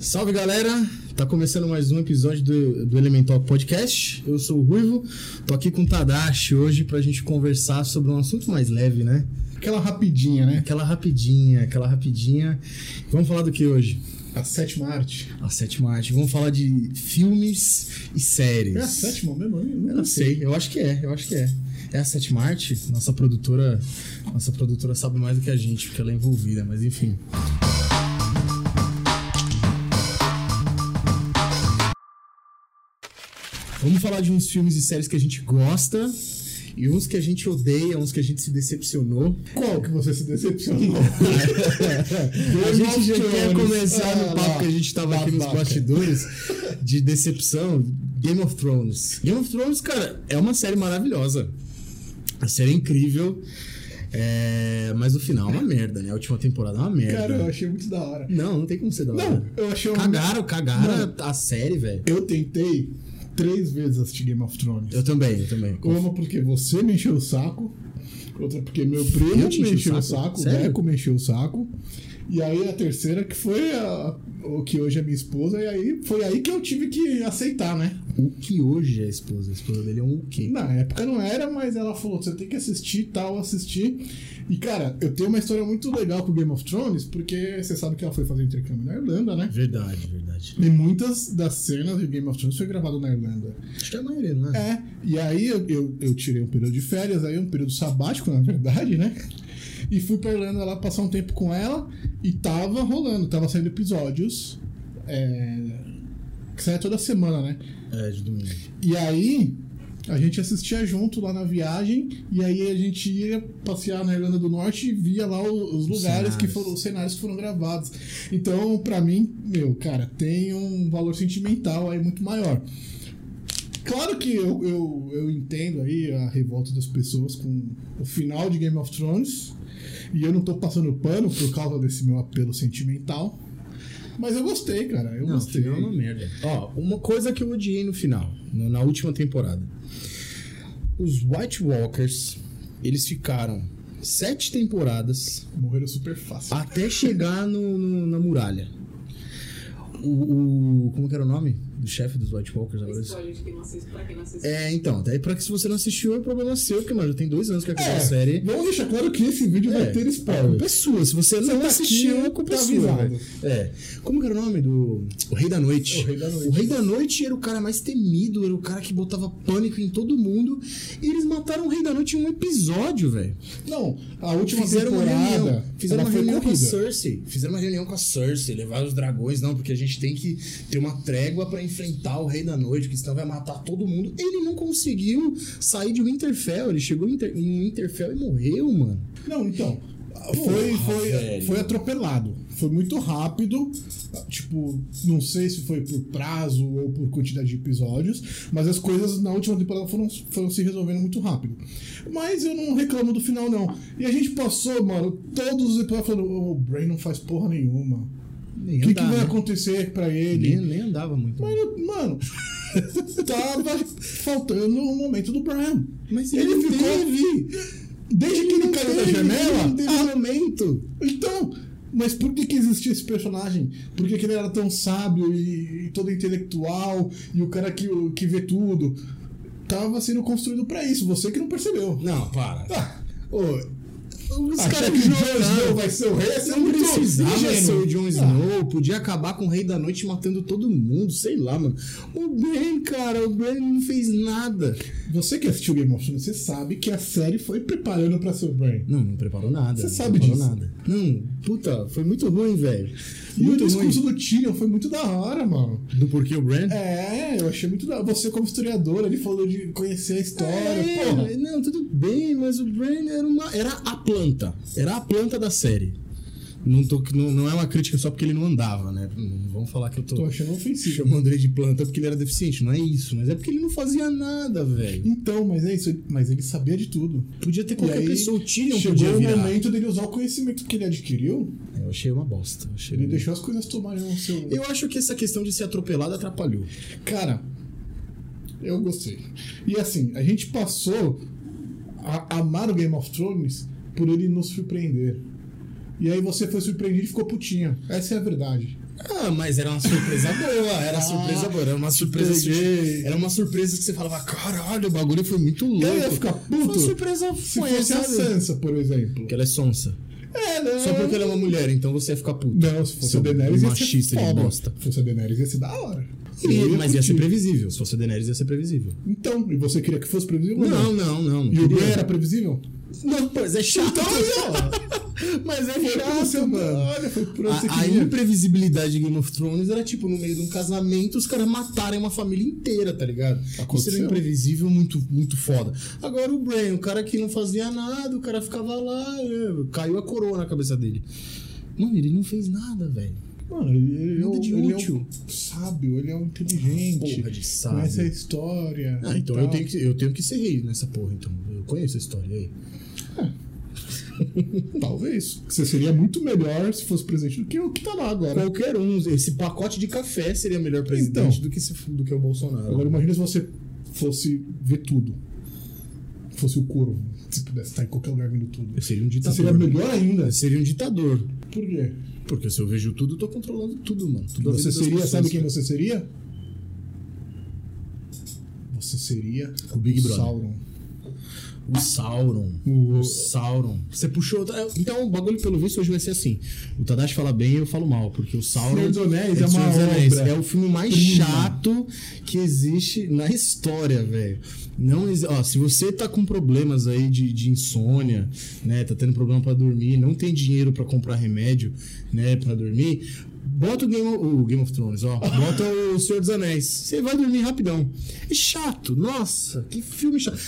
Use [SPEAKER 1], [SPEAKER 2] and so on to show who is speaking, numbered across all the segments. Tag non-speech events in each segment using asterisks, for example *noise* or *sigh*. [SPEAKER 1] Salve galera, tá começando mais um episódio do, do Elemental Podcast. Eu sou o Ruivo, tô aqui com o Tadashi hoje pra gente conversar sobre um assunto mais leve, né?
[SPEAKER 2] Aquela rapidinha, né?
[SPEAKER 1] Aquela rapidinha, aquela rapidinha. Vamos falar do que hoje?
[SPEAKER 2] A sétima arte.
[SPEAKER 1] A sétima arte. Vamos falar de filmes e séries.
[SPEAKER 2] É a sétima mesmo?
[SPEAKER 1] Eu não sei, eu acho que é, eu acho que é. É a sétima arte? Nossa produtora, nossa produtora sabe mais do que a gente, porque ela é envolvida, mas enfim. Vamos falar de uns filmes e séries que a gente gosta e uns que a gente odeia, uns que a gente se decepcionou.
[SPEAKER 2] Qual que você se
[SPEAKER 1] *laughs*
[SPEAKER 2] decepcionou?
[SPEAKER 1] a gente já quer começar no papo que a gente tava aqui nos
[SPEAKER 2] Babaca.
[SPEAKER 1] bastidores *laughs* de decepção. Game of Thrones. Game of Thrones, cara, é uma série maravilhosa. A série é incrível. é, Mas o final é uma merda, né? A última temporada é uma merda.
[SPEAKER 2] Cara, eu achei muito da hora.
[SPEAKER 1] Não, não tem como ser da hora.
[SPEAKER 2] Não, eu achei uma.
[SPEAKER 1] Cagaram, cagaram a série, velho.
[SPEAKER 2] Eu tentei três vezes assistir Game of Thrones.
[SPEAKER 1] Eu também, eu também.
[SPEAKER 2] Uma porque você me encheu o saco. Outra porque meu primo
[SPEAKER 1] Eu
[SPEAKER 2] me
[SPEAKER 1] te enchi o
[SPEAKER 2] encheu o
[SPEAKER 1] saco?
[SPEAKER 2] saco. O
[SPEAKER 1] Sério?
[SPEAKER 2] Deco me encheu o saco. E aí a terceira que foi a- o que hoje é minha esposa. E aí foi aí que eu tive que aceitar, né?
[SPEAKER 1] O que hoje é a esposa? A esposa dele é um o quê?
[SPEAKER 2] Na época não era, mas ela falou: você tem que assistir tal, assistir. E cara, eu tenho uma história muito legal com Game of Thrones, porque você sabe que ela foi fazer intercâmbio na Irlanda, né?
[SPEAKER 1] Verdade, verdade.
[SPEAKER 2] E muitas das cenas de Game of Thrones foi gravado na Irlanda.
[SPEAKER 1] Acho que é a maioria, não é?
[SPEAKER 2] É, e aí eu, eu, eu tirei um período de férias, aí um período sabático, na verdade, né? E fui pra Irlanda lá passar um tempo com ela e tava rolando, tava saindo episódios. É, que sai toda semana, né?
[SPEAKER 1] É, de domingo.
[SPEAKER 2] E aí a gente assistia junto lá na viagem, e aí a gente ia passear na Irlanda do Norte e via lá o- os, lugares
[SPEAKER 1] cenários.
[SPEAKER 2] que foram, os cenários que foram gravados. Então, pra mim, meu, cara, tem um valor sentimental aí muito maior. Claro que eu, eu, eu entendo aí a revolta das pessoas com o final de Game of Thrones. E eu não tô passando pano por causa desse meu apelo sentimental. Mas eu gostei, cara. Eu
[SPEAKER 1] Não,
[SPEAKER 2] gostei.
[SPEAKER 1] final é uma merda. Ó, uma coisa que eu odiei no final, no- na última temporada. Os White Walkers, eles ficaram sete temporadas
[SPEAKER 2] Morreram super fácil.
[SPEAKER 1] até chegar no, no- na muralha. O, o- Como que era o nome do chefe dos White Walkers agora?
[SPEAKER 3] Spoiler de quem não assiste, pra quem não assiste.
[SPEAKER 1] É, então, daí pra que se você não assistiu é problema seu, porque, mano, já tem dois anos que acabou
[SPEAKER 2] É,
[SPEAKER 1] a série.
[SPEAKER 2] Vamos deixar claro que esse vídeo vai ter
[SPEAKER 1] a
[SPEAKER 2] spoiler.
[SPEAKER 1] culpa é sua. Se você,
[SPEAKER 2] Você
[SPEAKER 1] não
[SPEAKER 2] tá
[SPEAKER 1] assistiu,
[SPEAKER 2] aqui,
[SPEAKER 1] a culpa é
[SPEAKER 2] tá
[SPEAKER 1] sua.
[SPEAKER 2] avisado.
[SPEAKER 1] velho. É. Como que era o nome do. O Rei da Noite.
[SPEAKER 2] O Rei da Noite.
[SPEAKER 1] O Rei da Noite era o cara mais temido, era o cara que botava pânico em todo mundo. E eles mataram o Rei da Noite em um episódio, velho.
[SPEAKER 2] Não, a última
[SPEAKER 1] Fizeram uma
[SPEAKER 2] temporada
[SPEAKER 1] reunião. Fizeram
[SPEAKER 2] ela
[SPEAKER 1] uma
[SPEAKER 2] foi
[SPEAKER 1] reunião com a
[SPEAKER 2] corrida.
[SPEAKER 1] Cersei. Fizeram uma reunião com a Cersei. Levaram os dragões, não, porque a gente tem que ter uma trégua pra enfrentar o Rei da Noite, porque senão vai matar todo mundo. Ele não conseguiu sair de Winterfell. Ele chegou em Inter- em Winterfell e morreu, mano.
[SPEAKER 2] Não, então. Foi, foi,
[SPEAKER 1] ah, velho.
[SPEAKER 2] foi atropelado. Foi muito rápido. Tipo, não sei se foi por prazo ou por quantidade de episódios, mas as coisas na última temporada foram, foram se resolvendo muito rápido. Mas eu não reclamo do final, não. E a gente passou, mano, todos os episódios falando: "Ô, o Brain não faz porra nenhuma.
[SPEAKER 1] Nem
[SPEAKER 2] O que, que
[SPEAKER 1] andar,
[SPEAKER 2] vai
[SPEAKER 1] né?
[SPEAKER 2] acontecer pra ele?
[SPEAKER 1] nem, nem andava muito.
[SPEAKER 2] Mas, mano, *laughs* tava faltando o momento do Brian.
[SPEAKER 1] Mas
[SPEAKER 2] ele
[SPEAKER 1] não
[SPEAKER 2] ficou-
[SPEAKER 1] teve.
[SPEAKER 2] Desde que ele
[SPEAKER 1] não
[SPEAKER 2] caiu da
[SPEAKER 1] teve,
[SPEAKER 2] janela, Ah.
[SPEAKER 1] Não teve momento.
[SPEAKER 2] Então, mas por que, que existia esse personagem? Por que, que ele era tão sábio e, e todo intelectual e o cara que, que vê tudo? Tava sendo construído pra isso, você que não percebeu.
[SPEAKER 1] Não, para.
[SPEAKER 2] Ah,
[SPEAKER 1] Ô, os
[SPEAKER 2] achar
[SPEAKER 1] caras
[SPEAKER 2] que
[SPEAKER 1] que
[SPEAKER 2] o Jon Snow
[SPEAKER 1] jogaram...
[SPEAKER 2] vai ser o rei, você
[SPEAKER 1] Não precisava ser o Jon
[SPEAKER 2] Jones
[SPEAKER 1] Snow, podia acabar com o Rei da Noite matando todo mundo, sei lá, mano. O Ben, cara, o Ben não fez nada.
[SPEAKER 2] Você que assistiu Game of Thrones, você sabe que a série foi preparando pra ser o Bran.
[SPEAKER 1] Não, não preparou nada.
[SPEAKER 2] Você
[SPEAKER 1] não
[SPEAKER 2] sabe
[SPEAKER 1] preparou
[SPEAKER 2] disso.
[SPEAKER 1] Nada. Não, puta, foi muito ruim, velho.
[SPEAKER 2] E
[SPEAKER 1] Muito
[SPEAKER 2] o
[SPEAKER 1] ruim.
[SPEAKER 2] discurso do Tyrion foi muito da hora, mano.
[SPEAKER 1] Do porquê o Bran?
[SPEAKER 2] É, eu achei muito da Você, como historiador, ele falou de conhecer a história.
[SPEAKER 1] É,
[SPEAKER 2] porra.
[SPEAKER 1] Não, tudo bem, mas o Bran era, uma, era a planta. Era a planta da série. Não, tô, não, não é uma crítica só porque ele não andava, né? Não vamos falar que eu tô,
[SPEAKER 2] Tô achando ofensivo.
[SPEAKER 1] *laughs* chamando ele de planta porque ele era deficiente. Não é isso, mas é porque ele não fazia nada, velho.
[SPEAKER 2] Então, mas é isso. Mas ele sabia de tudo.
[SPEAKER 1] Podia ter qualquer
[SPEAKER 2] e aí,
[SPEAKER 1] É pessoa, o Tyrion
[SPEAKER 2] chegou
[SPEAKER 1] podia
[SPEAKER 2] o
[SPEAKER 1] virar.
[SPEAKER 2] momento dele usar o conhecimento que ele adquiriu.
[SPEAKER 1] É, Eu achei uma bosta. eu achei-
[SPEAKER 2] Ele deixou as coisas tomarem o seu...
[SPEAKER 1] Eu acho que essa questão de ser atropelado atrapalhou.
[SPEAKER 2] Cara, eu gostei. E assim, a gente passou a amar o Game of Thrones por ele nos surpreender. E aí você foi surpreendido e ficou putinha. Essa é a verdade.
[SPEAKER 1] Ah, mas era uma surpresa boa, era uma surpresa boa, era uma surpresa.
[SPEAKER 2] peguei.
[SPEAKER 1] Era uma surpresa que você falava, caralho, o bagulho foi muito louco.
[SPEAKER 2] Eu ia ficar
[SPEAKER 1] Foi uma
[SPEAKER 2] puto
[SPEAKER 1] surpresa
[SPEAKER 2] Se
[SPEAKER 1] foi,
[SPEAKER 2] fosse a
[SPEAKER 1] sabe?
[SPEAKER 2] Sansa, por exemplo.
[SPEAKER 1] Porque ela é sonsa.
[SPEAKER 2] É, não.
[SPEAKER 1] Só porque ela é uma mulher, então você ia ficar puto.
[SPEAKER 2] Não, se fosse
[SPEAKER 1] Seu
[SPEAKER 2] a Daenerys ia
[SPEAKER 1] machista
[SPEAKER 2] ser
[SPEAKER 1] de
[SPEAKER 2] foda.
[SPEAKER 1] bosta.
[SPEAKER 2] Se fosse a Daenerys ia ser da hora.
[SPEAKER 1] E-
[SPEAKER 2] Eu
[SPEAKER 1] mas ia ser
[SPEAKER 2] curtir.
[SPEAKER 1] previsível. Se fosse a Daenerys, ia ser previsível.
[SPEAKER 2] Então, e você queria que fosse previsível? ou
[SPEAKER 1] Não, não, não. não
[SPEAKER 2] E o
[SPEAKER 1] queria.
[SPEAKER 2] Bran era previsível?
[SPEAKER 1] Não, pois é chato. *laughs* mas é
[SPEAKER 2] Foi pra você,
[SPEAKER 1] chato,
[SPEAKER 2] mano.
[SPEAKER 1] mano.
[SPEAKER 2] Ah, então, Olha, foi pra você
[SPEAKER 1] A,
[SPEAKER 2] que
[SPEAKER 1] a
[SPEAKER 2] ia.
[SPEAKER 1] imprevisibilidade de Game of Thrones era tipo, no meio de um casamento, os caras matarem uma família inteira, tá ligado? Isso
[SPEAKER 2] Aconteceu.
[SPEAKER 1] era imprevisível, muito, muito foda. Agora o Bran, o cara que não fazia nada, o cara ficava lá, é, caiu a coroa na cabeça dele. Mano, ele não fez nada, velho.
[SPEAKER 2] Mano, ele,
[SPEAKER 1] Nada de
[SPEAKER 2] ele
[SPEAKER 1] útil.
[SPEAKER 2] é um sábio, ele é um inteligente.
[SPEAKER 1] Porra de sábio.
[SPEAKER 2] Conhece a história.
[SPEAKER 1] Ah,
[SPEAKER 2] e
[SPEAKER 1] então
[SPEAKER 2] tal.
[SPEAKER 1] eu tenho, que, eu tenho que ser rei nessa porra, então. Eu conheço a história aí.
[SPEAKER 2] Talvez. Você seria muito melhor se fosse presente do que o que tá lá agora.
[SPEAKER 1] Qualquer um, esse pacote de café seria melhor presidente
[SPEAKER 2] Então.
[SPEAKER 1] do, que esse, do que o Bolsonaro.
[SPEAKER 2] Agora imagina se você fosse ver tudo. Fosse o corvo. Se pudesse estar em qualquer lugar vendo tudo.
[SPEAKER 1] eu seria um
[SPEAKER 2] Você
[SPEAKER 1] ditador.
[SPEAKER 2] seria Então, é melhor ainda.
[SPEAKER 1] Eu seria um ditador.
[SPEAKER 2] Por quê?
[SPEAKER 1] Porque se eu vejo tudo, eu tô controlando tudo, mano. Tudo a vida
[SPEAKER 2] Você
[SPEAKER 1] das
[SPEAKER 2] seria,
[SPEAKER 1] pessoas.
[SPEAKER 2] sabe quem você seria? Você seria
[SPEAKER 1] O Big Brother.
[SPEAKER 2] Sauron.
[SPEAKER 1] O Sauron.
[SPEAKER 2] O-
[SPEAKER 1] O Sauron. Você puxou. Então, o bagulho, pelo visto, hoje vai ser assim. O Tadashi fala bem e eu falo mal, porque o Sauron.
[SPEAKER 2] Senhor dos Anéis é
[SPEAKER 1] do Senhor
[SPEAKER 2] uma
[SPEAKER 1] dos Anéis.
[SPEAKER 2] obra.
[SPEAKER 1] É o filme mais
[SPEAKER 2] Prima.
[SPEAKER 1] chato que existe na história, velho. Não, exi- ó, se você tá com problemas aí de, de insônia, né, tá tendo problema pra dormir, não tem dinheiro pra comprar remédio, né, para dormir, bota o Game, of, o Game of Thrones, ó, bota o Senhor dos Anéis. Você vai dormir rapidão. É chato, nossa, que filme chato.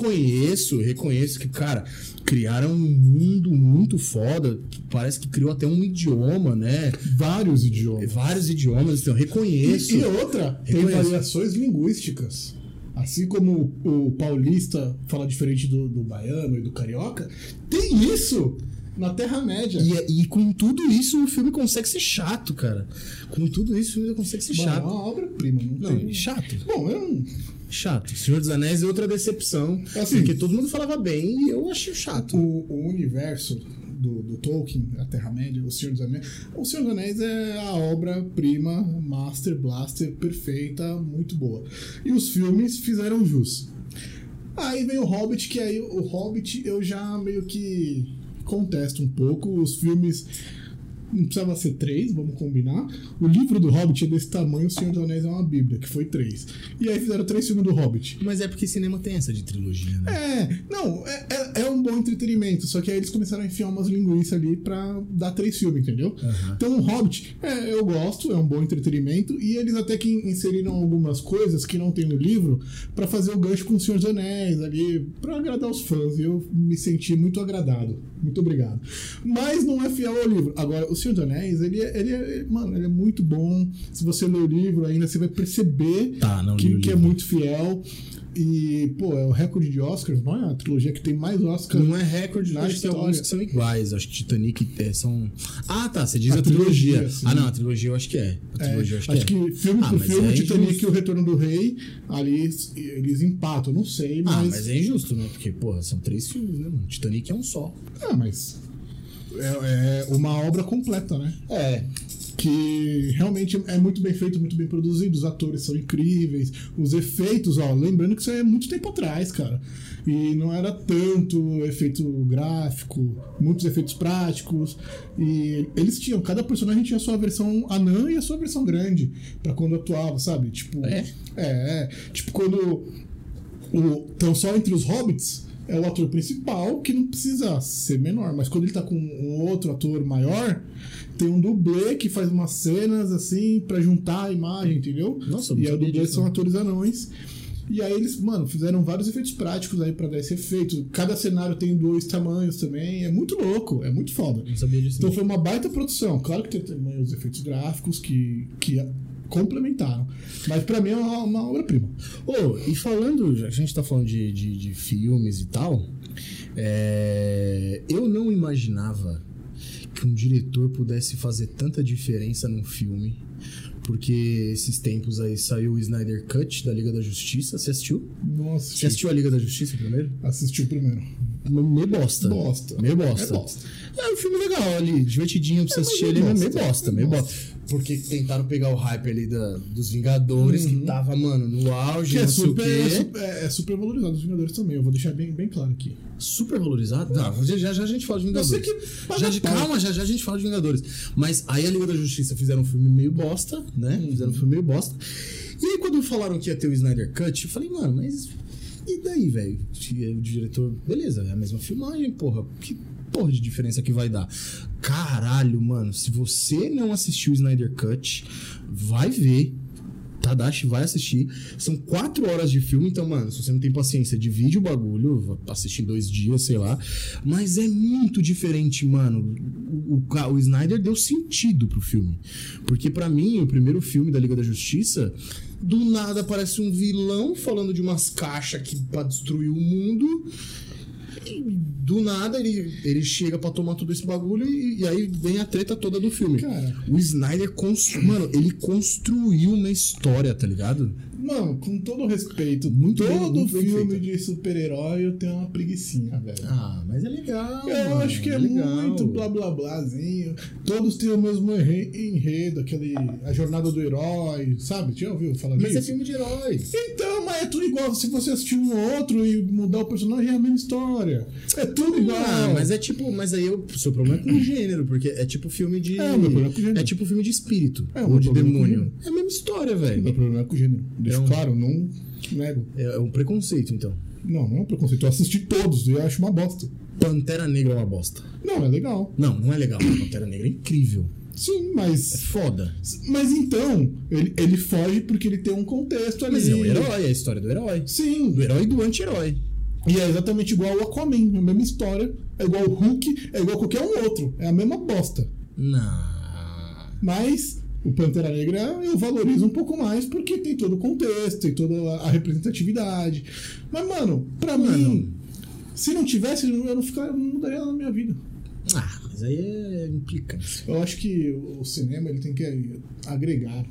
[SPEAKER 1] Reconheço, reconheço que, cara, criaram um mundo muito foda, parece que criou até um idioma, né?
[SPEAKER 2] Vários idiomas.
[SPEAKER 1] Vários idiomas, então reconheço.
[SPEAKER 2] E outra, tem
[SPEAKER 1] Reconheço.
[SPEAKER 2] variações linguísticas. Assim como o paulista fala diferente do, do baiano e do carioca, tem isso na Terra-média.
[SPEAKER 1] E, é e com tudo isso o filme consegue ser chato, cara. Com tudo isso o filme consegue ser
[SPEAKER 2] Mano, É
[SPEAKER 1] chato.
[SPEAKER 2] uma obra-prima, não,
[SPEAKER 1] Não, é
[SPEAKER 2] tem.
[SPEAKER 1] chato.
[SPEAKER 2] Bom, eu não.
[SPEAKER 1] Chato. Senhor dos Anéis é outra decepção.
[SPEAKER 2] Assim.
[SPEAKER 1] porque todo mundo falava bem e eu achei chato.
[SPEAKER 2] O, o universo do, do Tolkien, a Terra-média, o Senhor dos Anéis. O Senhor dos Anéis é a obra-prima, master, blaster, perfeita, muito boa. E os filmes fizeram jus. Aí vem o Hobbit, que aí o Hobbit eu já meio que contesto um pouco. Os filmes não precisava ser três, vamos combinar. O livro do Hobbit é desse tamanho, o Senhor dos Anéis é uma bíblia, que foi três. E aí fizeram três filmes do Hobbit.
[SPEAKER 1] Mas é porque cinema tem essa de trilogia, né?
[SPEAKER 2] É, não, é, é- é um bom entretenimento, só que aí eles começaram a enfiar umas linguiças ali pra dar três filmes, entendeu? Então o Hobbit, é, eu gosto, é um bom entretenimento, e eles até que inseriram algumas coisas que não tem no livro pra fazer o gancho com o Senhor dos Anéis ali, pra agradar os fãs, e eu me senti muito agradado. Muito obrigado. Mas não é fiel ao livro. Agora, o Senhor dos Anéis, ele é, ele é- mano, ele é muito bom. Se você ler o livro ainda, você vai perceber
[SPEAKER 1] Tá, não li
[SPEAKER 2] que,
[SPEAKER 1] o
[SPEAKER 2] que é
[SPEAKER 1] livro.
[SPEAKER 2] muito fiel. E, pô, é o recorde de Oscars, não é? A trilogia que tem mais Oscars.
[SPEAKER 1] Não é recorde,
[SPEAKER 2] Na
[SPEAKER 1] acho que tem
[SPEAKER 2] história.
[SPEAKER 1] alguns que são iguais. Acho que Titanic é, são. Ah, tá, você diz
[SPEAKER 2] A
[SPEAKER 1] a, trilogia.
[SPEAKER 2] trilogia, sim.
[SPEAKER 1] ah, não, a trilogia eu acho que é. A
[SPEAKER 2] É,
[SPEAKER 1] trilogia eu acho, que é.
[SPEAKER 2] filme
[SPEAKER 1] Ah,
[SPEAKER 2] por
[SPEAKER 1] mas
[SPEAKER 2] filme,
[SPEAKER 1] é
[SPEAKER 2] Titanic
[SPEAKER 1] injusto.
[SPEAKER 2] e o Retorno do Rei, ali eles- eles empatam, não sei, mas.
[SPEAKER 1] Ah, mas é injusto, né? Porque, porra, são três filmes, né, mano? Titanic é um só.
[SPEAKER 2] Ah, mas é- é uma obra completa, né?
[SPEAKER 1] É.
[SPEAKER 2] que realmente é muito bem feito, muito bem produzido, os atores são incríveis, os efeitos, ó, lembrando que isso é muito tempo atrás, cara. E não era tanto efeito gráfico, muitos efeitos práticos, e eles tinham, cada personagem tinha a sua versão anã e a sua versão grande, pra quando atuava, sabe? Tipo,
[SPEAKER 1] É?
[SPEAKER 2] é, é. tipo quando o, então, só entre os hobbits é o ator principal, que não precisa ser menor, mas quando ele tá com um outro ator maior, tem um dublê que faz umas cenas assim pra juntar a imagem, entendeu?
[SPEAKER 1] Nossa, eu não
[SPEAKER 2] e aí o
[SPEAKER 1] sabia
[SPEAKER 2] dublê
[SPEAKER 1] disso,
[SPEAKER 2] são
[SPEAKER 1] não.
[SPEAKER 2] atores anões. E aí eles, mano, fizeram vários efeitos práticos aí pra dar esse efeito. Cada cenário tem dois tamanhos também, é muito louco, é muito foda.
[SPEAKER 1] Não sabia disso.
[SPEAKER 2] Então
[SPEAKER 1] não.
[SPEAKER 2] foi uma baita produção. Claro que tem também os efeitos gráficos que, que complementaram. Mas pra mim é uma, uma obra-prima.
[SPEAKER 1] Ô, e falando, já que a gente tá falando de, de, de filmes e tal, é, eu não imaginava que um diretor pudesse fazer tanta diferença num filme, porque esses tempos aí saiu o Snyder Cut da Liga da Justiça, você assistiu?
[SPEAKER 2] Nossa,
[SPEAKER 1] Você assistiu a Liga da Justiça primeiro?
[SPEAKER 2] Assistiu primeiro.
[SPEAKER 1] Meio bosta.
[SPEAKER 2] Bosta.
[SPEAKER 1] Meio bosta.
[SPEAKER 2] É bosta.
[SPEAKER 1] É um filme legal ali, divertidinho pra você
[SPEAKER 2] mas
[SPEAKER 1] assistir
[SPEAKER 2] é
[SPEAKER 1] ele, mas
[SPEAKER 2] bosta.
[SPEAKER 1] meio bosta, meio bosta. Porque tentaram pegar o hype ali da, dos Vingadores, que tava, mano, no auge,
[SPEAKER 2] Que é
[SPEAKER 1] não sei
[SPEAKER 2] super,
[SPEAKER 1] o
[SPEAKER 2] é,
[SPEAKER 1] quê.
[SPEAKER 2] super, é super valorizado os Vingadores também. Eu vou deixar bem, bem claro aqui.
[SPEAKER 1] Super valorizado? Não, já, já- já a gente fala de Vingadores.
[SPEAKER 2] sei que paga
[SPEAKER 1] já de,
[SPEAKER 2] pau.
[SPEAKER 1] calma, já, já a gente fala de Vingadores. Mas aí a Liga da Justiça fizeram um filme meio bosta, né?
[SPEAKER 2] Uhum.
[SPEAKER 1] Fizeram um filme meio bosta. E aí quando falaram que ia ter o Snyder Cut, eu falei, mano, mas. E daí, velho? E aí O diretor, beleza, é a mesma filmagem, porra. Que porra de diferença que vai dar? Caralho, mano, se você não assistiu o Snyder Cut, vai ver. Tadashi vai assistir. São quatro horas de filme, então, mano, se você não tem paciência, divide o bagulho, assistir dois dias, sei lá. Mas é muito diferente, mano. O, o, ca- o Snyder deu sentido pro filme. Porque, pra mim, o primeiro filme da Liga da Justiça, do nada aparece um vilão falando de umas caixas que pra destruir o mundo. E do nada ele, ele chega pra tomar todo esse bagulho e, e aí vem a treta toda do filme.
[SPEAKER 2] Cara.
[SPEAKER 1] O Snyder construiu. Mano, ele construiu uma história, tá ligado?
[SPEAKER 2] Mano, com todo respeito,
[SPEAKER 1] Muito bem-
[SPEAKER 2] todo
[SPEAKER 1] muito bem
[SPEAKER 2] filme
[SPEAKER 1] feito.
[SPEAKER 2] de super-herói eu tenho uma preguicinha, velho.
[SPEAKER 1] Ah, mas é legal.
[SPEAKER 2] Eu
[SPEAKER 1] mano,
[SPEAKER 2] acho que é
[SPEAKER 1] legal.
[SPEAKER 2] muito blá blá blázinho. Todos têm o mesmo enre- enredo, aquele. A jornada do herói, sabe? Já ouviu falar
[SPEAKER 1] Mas é
[SPEAKER 2] disso?
[SPEAKER 1] filme de herói.
[SPEAKER 2] Então, mas é tudo igual. Se você assistir um outro e mudar o personagem, é a mesma história. É tudo igual.
[SPEAKER 1] Ah, mas é tipo, mas aí eu- o seu problema é com o gênero, porque é tipo filme de.
[SPEAKER 2] É, o meu problema é com o gênero.
[SPEAKER 1] é tipo filme de espírito.
[SPEAKER 2] É, o
[SPEAKER 1] ou
[SPEAKER 2] meu
[SPEAKER 1] de
[SPEAKER 2] problema é com o
[SPEAKER 1] demônio.
[SPEAKER 2] gênero.
[SPEAKER 1] É a mesma história,
[SPEAKER 2] Meu
[SPEAKER 1] velho.
[SPEAKER 2] problema é com o gênero. Deixa
[SPEAKER 1] É um-
[SPEAKER 2] claro, não nego.
[SPEAKER 1] É é um preconceito, então.
[SPEAKER 2] Não, não é um preconceito. Eu assisti todos e acho uma bosta.
[SPEAKER 1] Pantera Negra é uma bosta.
[SPEAKER 2] Não, é legal.
[SPEAKER 1] Não, não é legal. Pantera Negra é incrível.
[SPEAKER 2] Sim,
[SPEAKER 1] É
[SPEAKER 2] mas.
[SPEAKER 1] foda.
[SPEAKER 2] Mas então, ele, ele foge porque ele tem um contexto ali.
[SPEAKER 1] Mas é o herói, é a história do herói.
[SPEAKER 2] Sim,
[SPEAKER 1] Do herói e do anti-herói.
[SPEAKER 2] E é exatamente igual o Aquaman, a mesma história. É igual o Hulk, é igual qualquer um outro. É a mesma bosta.
[SPEAKER 1] Não.
[SPEAKER 2] Mas o Pantera Negra eu valorizo um pouco mais porque tem todo o contexto, tem toda a representatividade. Mas, mano, pra mim, se não tivesse, eu não, ficaria, não mudaria nada na minha vida.
[SPEAKER 1] Ah, mas aí é implicância.
[SPEAKER 2] Eu acho que o cinema ele tem que agregar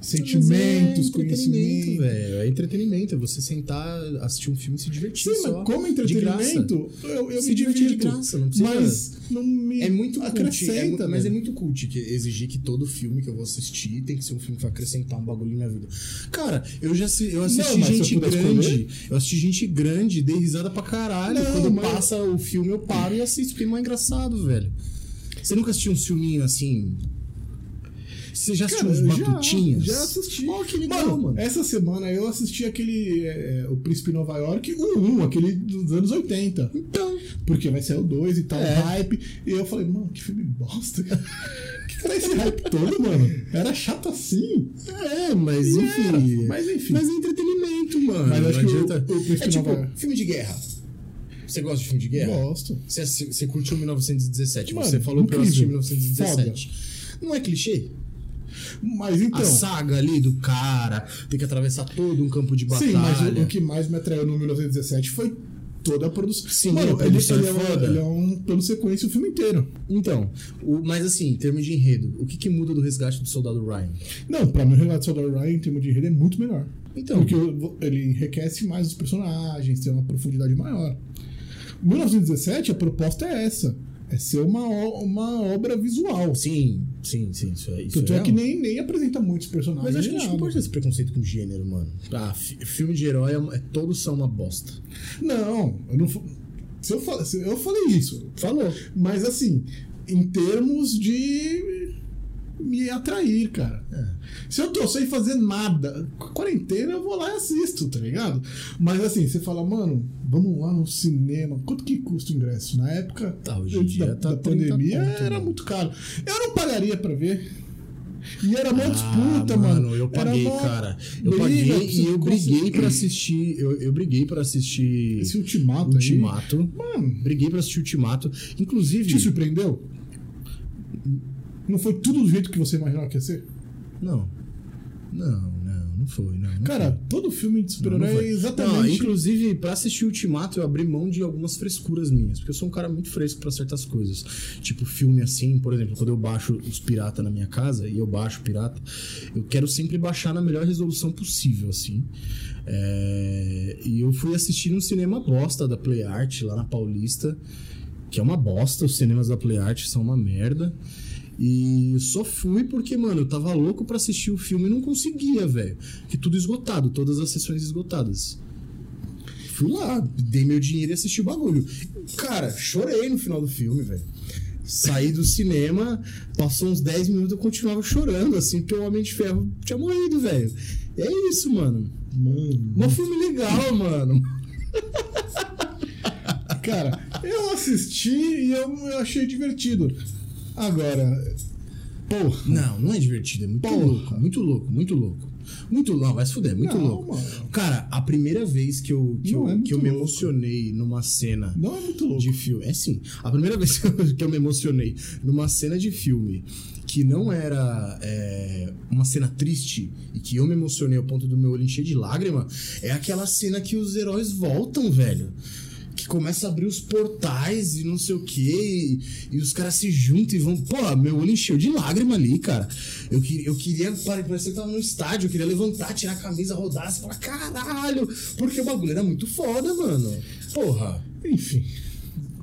[SPEAKER 2] sentimentos,
[SPEAKER 1] Mas é entretenimento,
[SPEAKER 2] conhecimento.
[SPEAKER 1] velho. É entretenimento, é você sentar, assistir um filme e se divertir.
[SPEAKER 2] Sim,
[SPEAKER 1] só.
[SPEAKER 2] mas como
[SPEAKER 1] De
[SPEAKER 2] entretenimento, eu, eu
[SPEAKER 1] Se
[SPEAKER 2] me
[SPEAKER 1] divertir de
[SPEAKER 2] divirto.
[SPEAKER 1] graça, não precisa-
[SPEAKER 2] Mas não me
[SPEAKER 1] graça. É muito cult, é,
[SPEAKER 2] acrescenta,
[SPEAKER 1] mu- mas é
[SPEAKER 2] velho.
[SPEAKER 1] muito cult que exigir que todo filme que eu vou assistir tem que ser um filme que vai acrescentar um bagulho na minha vida. Cara, eu já assi- eu assisti
[SPEAKER 2] mas se eu
[SPEAKER 1] gente
[SPEAKER 2] pudesse
[SPEAKER 1] grande, eu assisti gente grande, dei risada pra caralho.
[SPEAKER 2] Não,
[SPEAKER 1] Quando
[SPEAKER 2] mas-
[SPEAKER 1] passa o filme eu paro e assisto, porque é mais engraçado, velho. Você nunca assistiu um filminho assim? Você já assistiu
[SPEAKER 2] Cara,
[SPEAKER 1] uns
[SPEAKER 2] eu já-
[SPEAKER 1] batutinhas?
[SPEAKER 2] Já, assisti.
[SPEAKER 1] Ó, que legal,
[SPEAKER 2] mano,
[SPEAKER 1] mano.
[SPEAKER 2] Essa semana eu assisti aquele. é, é, o Príncipe Nova York, o 1, aquele dos anos 80.
[SPEAKER 1] Então,
[SPEAKER 2] Porque vai sair o 2 e tal,
[SPEAKER 1] É.
[SPEAKER 2] hype. E eu falei, mano, que filme bosta, *laughs* cara. que era esse hype todo, mano? Era chato assim.
[SPEAKER 1] É, mas
[SPEAKER 2] E
[SPEAKER 1] enfim.
[SPEAKER 2] era, mas enfim.
[SPEAKER 1] Mas é entretenimento, mano.
[SPEAKER 2] Mas acho
[SPEAKER 1] não
[SPEAKER 2] que o-
[SPEAKER 1] adianta.
[SPEAKER 2] o Príncipe
[SPEAKER 1] é tipo,
[SPEAKER 2] Nova-
[SPEAKER 1] filme de guerra. Você gosta de filme de guerra?
[SPEAKER 2] Gosto.
[SPEAKER 1] Você, você curtiu 1917?
[SPEAKER 2] Mano,
[SPEAKER 1] você falou pra eu assistir
[SPEAKER 2] incrível.
[SPEAKER 1] 1917. Não é clichê?
[SPEAKER 2] Mas então.
[SPEAKER 1] a saga ali do cara tem que atravessar todo um campo de batalha.
[SPEAKER 2] Sim, mas o, o que mais me atraiu no 1917 foi toda a produção.
[SPEAKER 1] Sim,
[SPEAKER 2] mano,
[SPEAKER 1] a produção
[SPEAKER 2] ele,
[SPEAKER 1] é
[SPEAKER 2] ele, é um,
[SPEAKER 1] foda.
[SPEAKER 2] ele é um plano sequência o filme inteiro.
[SPEAKER 1] Então, o- mas assim, em termos de enredo, o que, que muda do resgate do soldado Ryan?
[SPEAKER 2] Não, pra mim o Relato Solar Ryan em termos de enredo é muito melhor.
[SPEAKER 1] Então.
[SPEAKER 2] Porque eu- ele enriquece mais os personagens, tem uma profundidade maior. 1917, a proposta é essa. É ser uma, o- uma obra visual.
[SPEAKER 1] Sim, sim, sim, isso é isso.
[SPEAKER 2] Tanto é
[SPEAKER 1] é
[SPEAKER 2] que
[SPEAKER 1] um-
[SPEAKER 2] nem, nem apresenta muitos personagens.
[SPEAKER 1] Mas acho que a
[SPEAKER 2] nem
[SPEAKER 1] gente não
[SPEAKER 2] nada.
[SPEAKER 1] pode ter esse preconceito com gênero, mano. Ah, fi- filme de herói é, uma- é- todos são uma bosta.
[SPEAKER 2] Não, eu não. fa- Se eu, fal- se eu falei isso.
[SPEAKER 1] Falou.
[SPEAKER 2] Mas assim, em termos de me atrair, cara. é. Se eu tô sem fazer nada, qu- quarentena, eu vou lá e assisto, tá ligado? Mas assim, você fala, mano, vamos lá no cinema, quanto que custa o ingresso? Na época
[SPEAKER 1] Tá, hoje em
[SPEAKER 2] antes
[SPEAKER 1] dia
[SPEAKER 2] da,
[SPEAKER 1] tá
[SPEAKER 2] da
[SPEAKER 1] 30
[SPEAKER 2] pandemia
[SPEAKER 1] conto,
[SPEAKER 2] era
[SPEAKER 1] mano.
[SPEAKER 2] muito caro. Eu não pagaria pra ver. E era mó
[SPEAKER 1] Ah,
[SPEAKER 2] disputa, mano.
[SPEAKER 1] Eu
[SPEAKER 2] Era
[SPEAKER 1] paguei,
[SPEAKER 2] mó
[SPEAKER 1] cara. Eu
[SPEAKER 2] briga,
[SPEAKER 1] paguei e eu
[SPEAKER 2] consegui-
[SPEAKER 1] briguei pra assistir. Eu, eu briguei pra assistir
[SPEAKER 2] Esse é ultimato, aí. Hum.
[SPEAKER 1] Ultimato.
[SPEAKER 2] Mano,
[SPEAKER 1] Briguei pra assistir Ultimato.
[SPEAKER 2] te
[SPEAKER 1] Inclusive.
[SPEAKER 2] surpreendeu? Não foi tudo do jeito que você imaginava que ia ser?
[SPEAKER 1] Não. Não, não, não foi. Não, não
[SPEAKER 2] Cara,
[SPEAKER 1] foi.
[SPEAKER 2] todo filme de
[SPEAKER 1] Não, não
[SPEAKER 2] super-herói é
[SPEAKER 1] foi. Não,
[SPEAKER 2] exatamente.
[SPEAKER 1] inclusive, pra assistir Ultimato, eu abri mão de algumas frescuras minhas, porque eu sou um cara muito fresco pra certas coisas. Tipo, filme assim, por exemplo, quando eu baixo os pirata na minha casa, e eu baixo pirata, eu quero sempre baixar na melhor resolução possível, assim. É, E eu fui assistir num cinema bosta da Play Art, lá na Paulista, que é uma bosta, os cinemas da Play Art são uma merda. E só fui porque, mano, eu tava louco pra assistir o filme e não conseguia, velho. Que tudo esgotado, todas as sessões esgotadas. Fui lá, dei meu dinheiro e assisti o bagulho. Cara, chorei no final do filme, velho. Saí do cinema, passou uns 10 minutos, eu continuava chorando, assim, porque o Homem de Ferro tinha morrido, velho. É isso, mano.
[SPEAKER 2] Mano.
[SPEAKER 1] Um filme legal, mano. *laughs*
[SPEAKER 2] Cara, eu assisti e eu, eu achei divertido. Agora, porra.
[SPEAKER 1] Não, não é divertido, é muito
[SPEAKER 2] Porra.
[SPEAKER 1] louco, muito louco, muito louco. Muito louco, vai se fuder, muito
[SPEAKER 2] Não,
[SPEAKER 1] louco.
[SPEAKER 2] mano.
[SPEAKER 1] Cara, a primeira vez que eu, que
[SPEAKER 2] Não,
[SPEAKER 1] eu,
[SPEAKER 2] é muito
[SPEAKER 1] que eu me
[SPEAKER 2] louco.
[SPEAKER 1] emocionei numa cena
[SPEAKER 2] Não é muito louco.
[SPEAKER 1] de filme. É sim, a primeira vez *laughs* que eu, que eu me emocionei numa cena de filme que não era é, uma cena triste e que eu me emocionei ao ponto do meu olho encher de lágrima é aquela cena que os heróis voltam, velho. Que começa a abrir os portais e não sei o que, e, e os caras se juntam e vão. Pô, meu olho encheu de lágrima ali, cara. Eu, que- eu queria. pare- Parecia que eu tava no estádio, eu queria levantar, tirar a camisa, rodar, assim, falar, caralho! Porque o bagulho era muito foda, mano. Porra.
[SPEAKER 2] Enfim.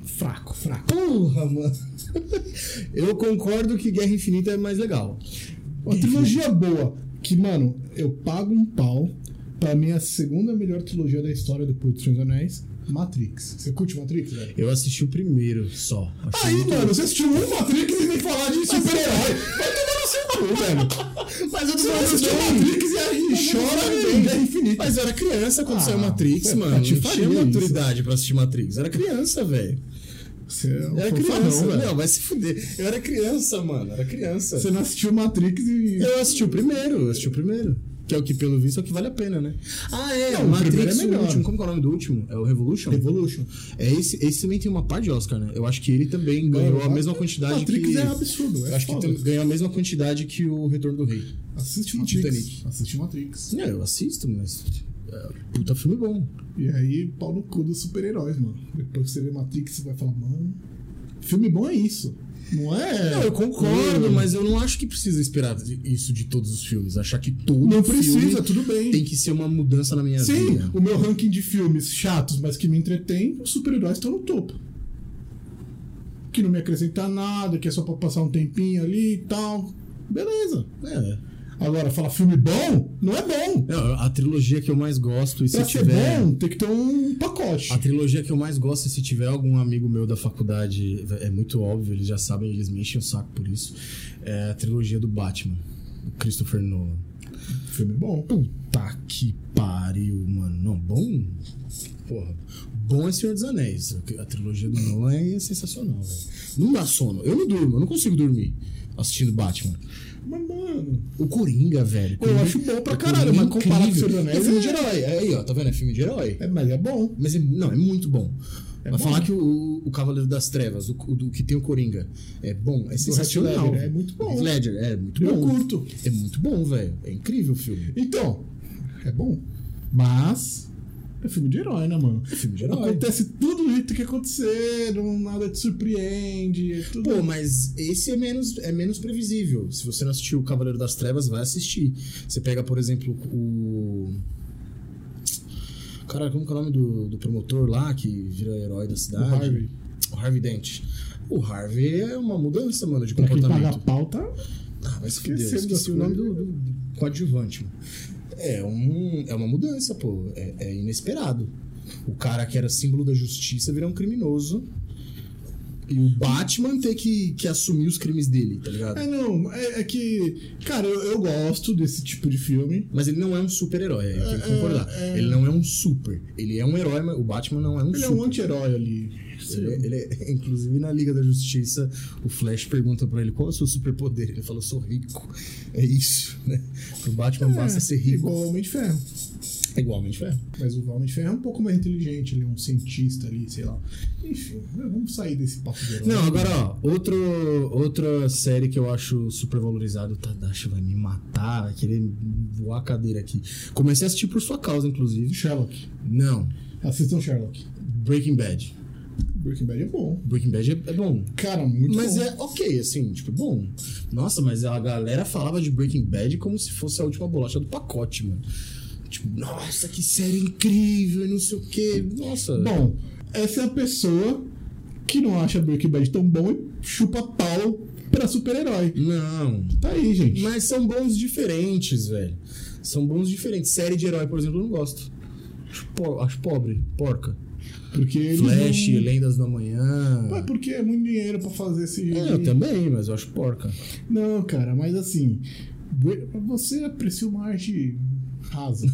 [SPEAKER 2] Fraco, fraco.
[SPEAKER 1] Porra, mano. Eu concordo que Guerra Infinita é mais legal.
[SPEAKER 2] Uma trilogia boa. Que, mano, eu pago um pau pra minha segunda melhor trilogia da história depois dos Senhor dos Anéis, Matrix. Você curte Matrix, velho?
[SPEAKER 1] Eu assisti o primeiro só. Achei
[SPEAKER 2] Aí,
[SPEAKER 1] muito
[SPEAKER 2] mano, você assistiu um Matrix e vem falar de super-herói. Vai tomar no seu cu, velho. Mas eu tô falando assistiu Matrix e aí chora
[SPEAKER 1] Mas
[SPEAKER 2] bem, é infinito.
[SPEAKER 1] né? Mas eu era criança quando
[SPEAKER 2] Ah,
[SPEAKER 1] saiu Matrix,
[SPEAKER 2] é,
[SPEAKER 1] mano.
[SPEAKER 2] te
[SPEAKER 1] Eu não
[SPEAKER 2] faria
[SPEAKER 1] tinha
[SPEAKER 2] isso.
[SPEAKER 1] maturidade pra assistir Matrix. Eu era criança, velho.
[SPEAKER 2] Você é um
[SPEAKER 1] Eu Era
[SPEAKER 2] fanfarrão,
[SPEAKER 1] criança.
[SPEAKER 2] velho.
[SPEAKER 1] Não, vai se fuder. Eu era criança, mano. Eu Era criança.
[SPEAKER 2] Você não assistiu Matrix e...
[SPEAKER 1] Eu assisti o primeiro, eu assisti o primeiro. Que é o que, pelo visto, é o que vale a pena, né? Ah, é.
[SPEAKER 2] Não,
[SPEAKER 1] o
[SPEAKER 2] o primeiro é
[SPEAKER 1] Matrix, o
[SPEAKER 2] melhor.
[SPEAKER 1] último. Como que é o nome do último? É o Revolution?
[SPEAKER 2] Revolution.
[SPEAKER 1] É esse, esse também tem uma par de Oscar, né? Eu acho que ele também ganhou a mesma quantidade
[SPEAKER 2] Matrix
[SPEAKER 1] que...
[SPEAKER 2] é absurdo, é
[SPEAKER 1] Eu acho que
[SPEAKER 2] foda.
[SPEAKER 1] tam- ganhou a mesma quantidade que o Retorno do Rei.
[SPEAKER 2] Assiste
[SPEAKER 1] Titanic.
[SPEAKER 2] Matrix. Assiste Matrix.
[SPEAKER 1] Não, eu assisto, mas. é, Puta filme bom.
[SPEAKER 2] E aí, pau no cu dos super-heróis, mano. Depois que você vê Matrix, você vai falar, mano. Filme bom é isso. Não é.
[SPEAKER 1] Não, eu concordo,
[SPEAKER 2] Hum.
[SPEAKER 1] mas eu não acho que precisa esperar de- isso de todos os filmes. Achar que todo
[SPEAKER 2] Não
[SPEAKER 1] filme
[SPEAKER 2] precisa, tudo bem.
[SPEAKER 1] tem que ser uma mudança na minha
[SPEAKER 2] Sim,
[SPEAKER 1] vida.
[SPEAKER 2] o meu ranking de filmes chatos, mas que me entretém, os super-heróis estão no topo. Que não me acrescenta nada, que é só pra passar um tempinho ali e tal. Beleza.
[SPEAKER 1] É.
[SPEAKER 2] Agora, falar filme bom, não é bom.
[SPEAKER 1] Não, a trilogia que eu mais gosto, e se
[SPEAKER 2] Pra ser
[SPEAKER 1] tiver. Ah.
[SPEAKER 2] bom, tem que ter um pacote.
[SPEAKER 1] A trilogia que eu mais gosto, se tiver algum amigo meu da faculdade, é muito óbvio, eles já sabem, eles me enchem o saco por isso. É a trilogia do Batman, do Christopher Nolan.
[SPEAKER 2] Filme bom.
[SPEAKER 1] Puta que pariu, mano. Não, bom. Porra. Bom é Senhor dos Anéis. A trilogia do Nolan é sensacional, velho. Não dá sono. Eu não durmo, eu não consigo dormir assistindo Batman.
[SPEAKER 2] Mas, mano.
[SPEAKER 1] O Coringa, velho.
[SPEAKER 2] Eu acho bom pra caralho, mas comparado com o Senhor dos
[SPEAKER 1] Anéis. É
[SPEAKER 2] Anéis,
[SPEAKER 1] filme
[SPEAKER 2] é-
[SPEAKER 1] de herói. Aí, ó, tá vendo? É filme de herói.
[SPEAKER 2] É, mas é bom.
[SPEAKER 1] Mas é- não, é muito bom. né?
[SPEAKER 2] É
[SPEAKER 1] Vai
[SPEAKER 2] bom.
[SPEAKER 1] falar que o, o Cavaleiro das Trevas, o, o do- que tem o Coringa, é bom, é sensacional.
[SPEAKER 2] Ledger, é muito bom.
[SPEAKER 1] Heath Ledger, é muito
[SPEAKER 2] Eu
[SPEAKER 1] bom.
[SPEAKER 2] curto.
[SPEAKER 1] É muito bom, velho. É incrível o filme.
[SPEAKER 2] Então, é bom. Mas é filme de herói, né, mano?
[SPEAKER 1] É filme de herói.
[SPEAKER 2] Acontece tudo do jeito que acontecer, não, nada te surpreende, é tudo.
[SPEAKER 1] Pô, mas esse é menos, é menos previsível. Se você não assistiu o Cavaleiro das Trevas, vai assistir. Você pega, por exemplo, o. Cara, como que é o nome do, do promotor lá que vira herói da
[SPEAKER 2] o
[SPEAKER 1] cidade?
[SPEAKER 2] Harvey.
[SPEAKER 1] O Harvey Dent. O Harvey é uma mudança, mano, de
[SPEAKER 2] Pra quem paga tá a
[SPEAKER 1] comportamento.
[SPEAKER 2] pauta,
[SPEAKER 1] Ah, mas fudeu,
[SPEAKER 2] Esquecendo
[SPEAKER 1] esqueci
[SPEAKER 2] das
[SPEAKER 1] o nome do, do, do coadjuvante, mano. É, um, é uma mudança, pô. É, é inesperado. O cara que era símbolo da justiça virar um criminoso. E o Batman ter que, que assumir os crimes dele, tá ligado?
[SPEAKER 2] é não, é, é que. Cara, eu, eu gosto desse tipo de filme.
[SPEAKER 1] Mas ele não é um super-herói, eu tenho que
[SPEAKER 2] É,
[SPEAKER 1] concordar.
[SPEAKER 2] é.
[SPEAKER 1] Ele não é um super. Ele é um herói, mas o Batman não é um
[SPEAKER 2] Ele é
[SPEAKER 1] super.
[SPEAKER 2] um anti-herói ali.
[SPEAKER 1] Ele, é- ele é- *laughs* inclusive na Liga da Justiça, o Flash pergunta pra ele qual é o seu superpoder. Ele fala, eu sou rico. É isso, né? Pro Batman basta ser rico.
[SPEAKER 2] É, Igual o Homem de Ferro.
[SPEAKER 1] É igualmente ferro.
[SPEAKER 2] Mas o Homem de Ferro é um pouco mais inteligente, ele é um cientista ali, sei lá. Enfim, né, vamos sair desse papo de herói.
[SPEAKER 1] Não, agora, ó, outro, outra série que eu acho super valorizada, o Tadashi vai me matar, vai querer voar a cadeira aqui. Comecei a assistir por sua causa, inclusive.
[SPEAKER 2] Sherlock.
[SPEAKER 1] Não,
[SPEAKER 2] Assistam Sherlock.
[SPEAKER 1] Breaking Bad.
[SPEAKER 2] Breaking Bad é bom.
[SPEAKER 1] Breaking Bad é, é bom.
[SPEAKER 2] Cara, muito
[SPEAKER 1] Mas
[SPEAKER 2] bom.
[SPEAKER 1] é ok, assim, tipo, bom. Nossa, mas a galera falava de Breaking Bad como se fosse a última bolacha do pacote, mano. Tipo, nossa, que série incrível e não sei o quê. Nossa.
[SPEAKER 2] Bom, essa é a pessoa que não acha Breaking Bad tão bom e chupa pau pra super-herói.
[SPEAKER 1] Não.
[SPEAKER 2] Tá aí, gente.
[SPEAKER 1] Mas são bons diferentes, velho. São bons diferentes. Série de herói, por exemplo, eu não gosto. Acho, po- acho pobre, porca.
[SPEAKER 2] Porque eles
[SPEAKER 1] Flash,
[SPEAKER 2] não-
[SPEAKER 1] Lendas da Manhã.
[SPEAKER 2] Ué, porque é muito dinheiro pra fazer esse.
[SPEAKER 1] É, eu também, mas eu acho porca.
[SPEAKER 2] Não, cara, mas assim. Você aprecia uma arte rasa.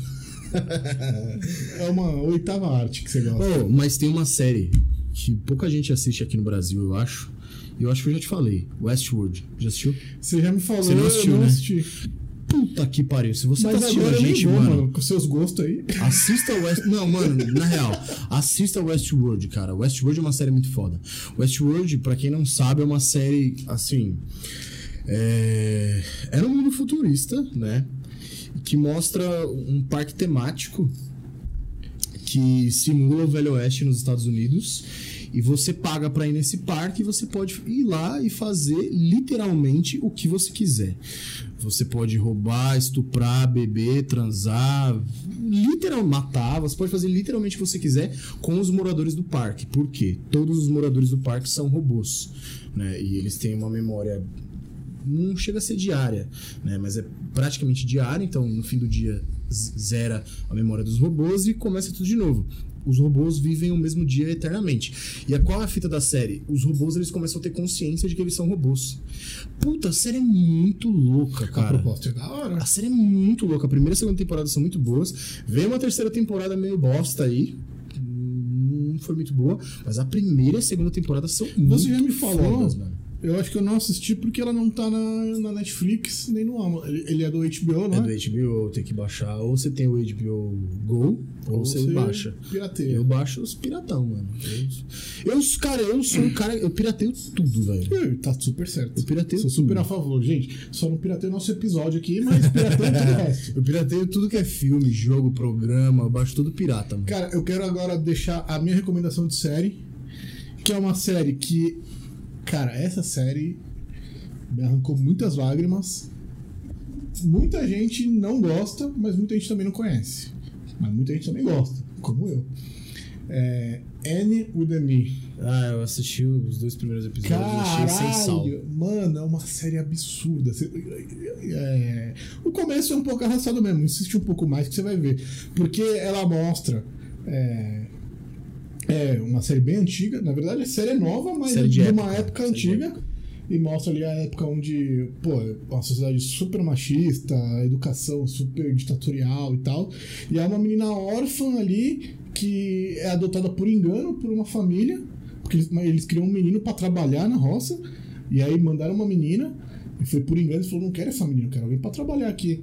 [SPEAKER 2] é uma oitava arte que você gosta.
[SPEAKER 1] Oh, mas tem uma série que pouca gente assiste aqui no Brasil, eu acho. E eu acho que eu já te falei. Westworld. Já assistiu?
[SPEAKER 2] Você já me falou,
[SPEAKER 1] Você não assistiu,
[SPEAKER 2] eu não
[SPEAKER 1] né?
[SPEAKER 2] assisti.
[SPEAKER 1] Puta que pariu. Se você
[SPEAKER 2] Mas
[SPEAKER 1] tá assistindo
[SPEAKER 2] agora
[SPEAKER 1] a
[SPEAKER 2] eu nem
[SPEAKER 1] gente,
[SPEAKER 2] vou,
[SPEAKER 1] mano,
[SPEAKER 2] mano, com seus gostos aí.
[SPEAKER 1] Assista West... Não, mano, na real. Assista Westworld, cara. Westworld é uma série muito foda. Westworld, pra quem não sabe, é uma série, assim... É... Era um mundo futurista, né? Que mostra um parque temático que simula o Velho Oeste nos Estados Unidos. E você paga pra ir nesse parque e você pode ir lá e fazer literalmente o que você quiser. Você pode roubar, estuprar, beber, transar, literal matar. Você pode fazer literalmente o que você quiser com os moradores do parque. Por quê? Todos os moradores do parque são robôs. Né? E eles têm uma memória não chega a ser diária, né? Mas é praticamente diária, então no fim do dia z- zera a memória dos robôs e começa tudo de novo. Os robôs vivem o mesmo dia eternamente. E a qual é a fita da série? Os robôs eles começam a ter consciência de que eles são robôs. Puta, a série é muito louca,
[SPEAKER 2] A
[SPEAKER 1] cara.
[SPEAKER 2] proposta é da hora.
[SPEAKER 1] A série é muito louca. A primeira e a segunda temporada são muito boas. Veio uma terceira temporada meio bosta aí. Não foi muito boa. Mas a primeira e a segunda temporada são muito
[SPEAKER 2] Você já me falou.
[SPEAKER 1] fodas, mano.
[SPEAKER 2] Eu acho que eu não assisti porque ela não tá na, na Netflix nem no Amazon. Ele, ele é do HBO,
[SPEAKER 1] É
[SPEAKER 2] não é?
[SPEAKER 1] do HBO, tem que baixar. Ou você tem o HBO Go, ou, você, baixa.
[SPEAKER 2] Pirateia.
[SPEAKER 1] Eu baixo os piratão, mano. Eu, eu, cara, eu sou um cara. Eu pirateio tudo, velho.
[SPEAKER 2] Ih, Tá super certo.
[SPEAKER 1] Eu pirateio
[SPEAKER 2] Sou super
[SPEAKER 1] tudo.
[SPEAKER 2] a favor, gente. Só não pirateio nosso episódio aqui, mas pirateio todo o
[SPEAKER 1] *laughs*
[SPEAKER 2] resto.
[SPEAKER 1] Eu pirateio tudo que é filme, jogo, programa, eu baixo tudo pirata, mano.
[SPEAKER 2] Cara, eu quero agora deixar a minha recomendação de série, que é uma série que, cara, essa série me arrancou muitas lágrimas. Muita gente não gosta, mas muita gente também não conhece. Mas muita gente também gosta, como eu. É, Anne with an E.
[SPEAKER 1] Ah, eu assisti os dois primeiros episódios, achei sem sal.
[SPEAKER 2] Caralho, mano, é uma série absurda. Você- é, o começo é um pouco arrastado mesmo, insiste um pouco mais que você vai ver. Porque ela mostra. É, é uma série bem antiga, na verdade a série é nova, mas
[SPEAKER 1] Série
[SPEAKER 2] é de,
[SPEAKER 1] de
[SPEAKER 2] uma
[SPEAKER 1] época,
[SPEAKER 2] época
[SPEAKER 1] série de
[SPEAKER 2] antiga. E mostra ali a época onde, pô, uma sociedade super machista, a educação super ditatorial e tal. E há uma menina órfã ali que é adotada por engano por uma família, porque eles, mas eles criam um menino pra trabalhar na roça. E aí mandaram uma menina, e foi por engano, eles falaram: não quero essa menina, eu quero alguém pra trabalhar aqui.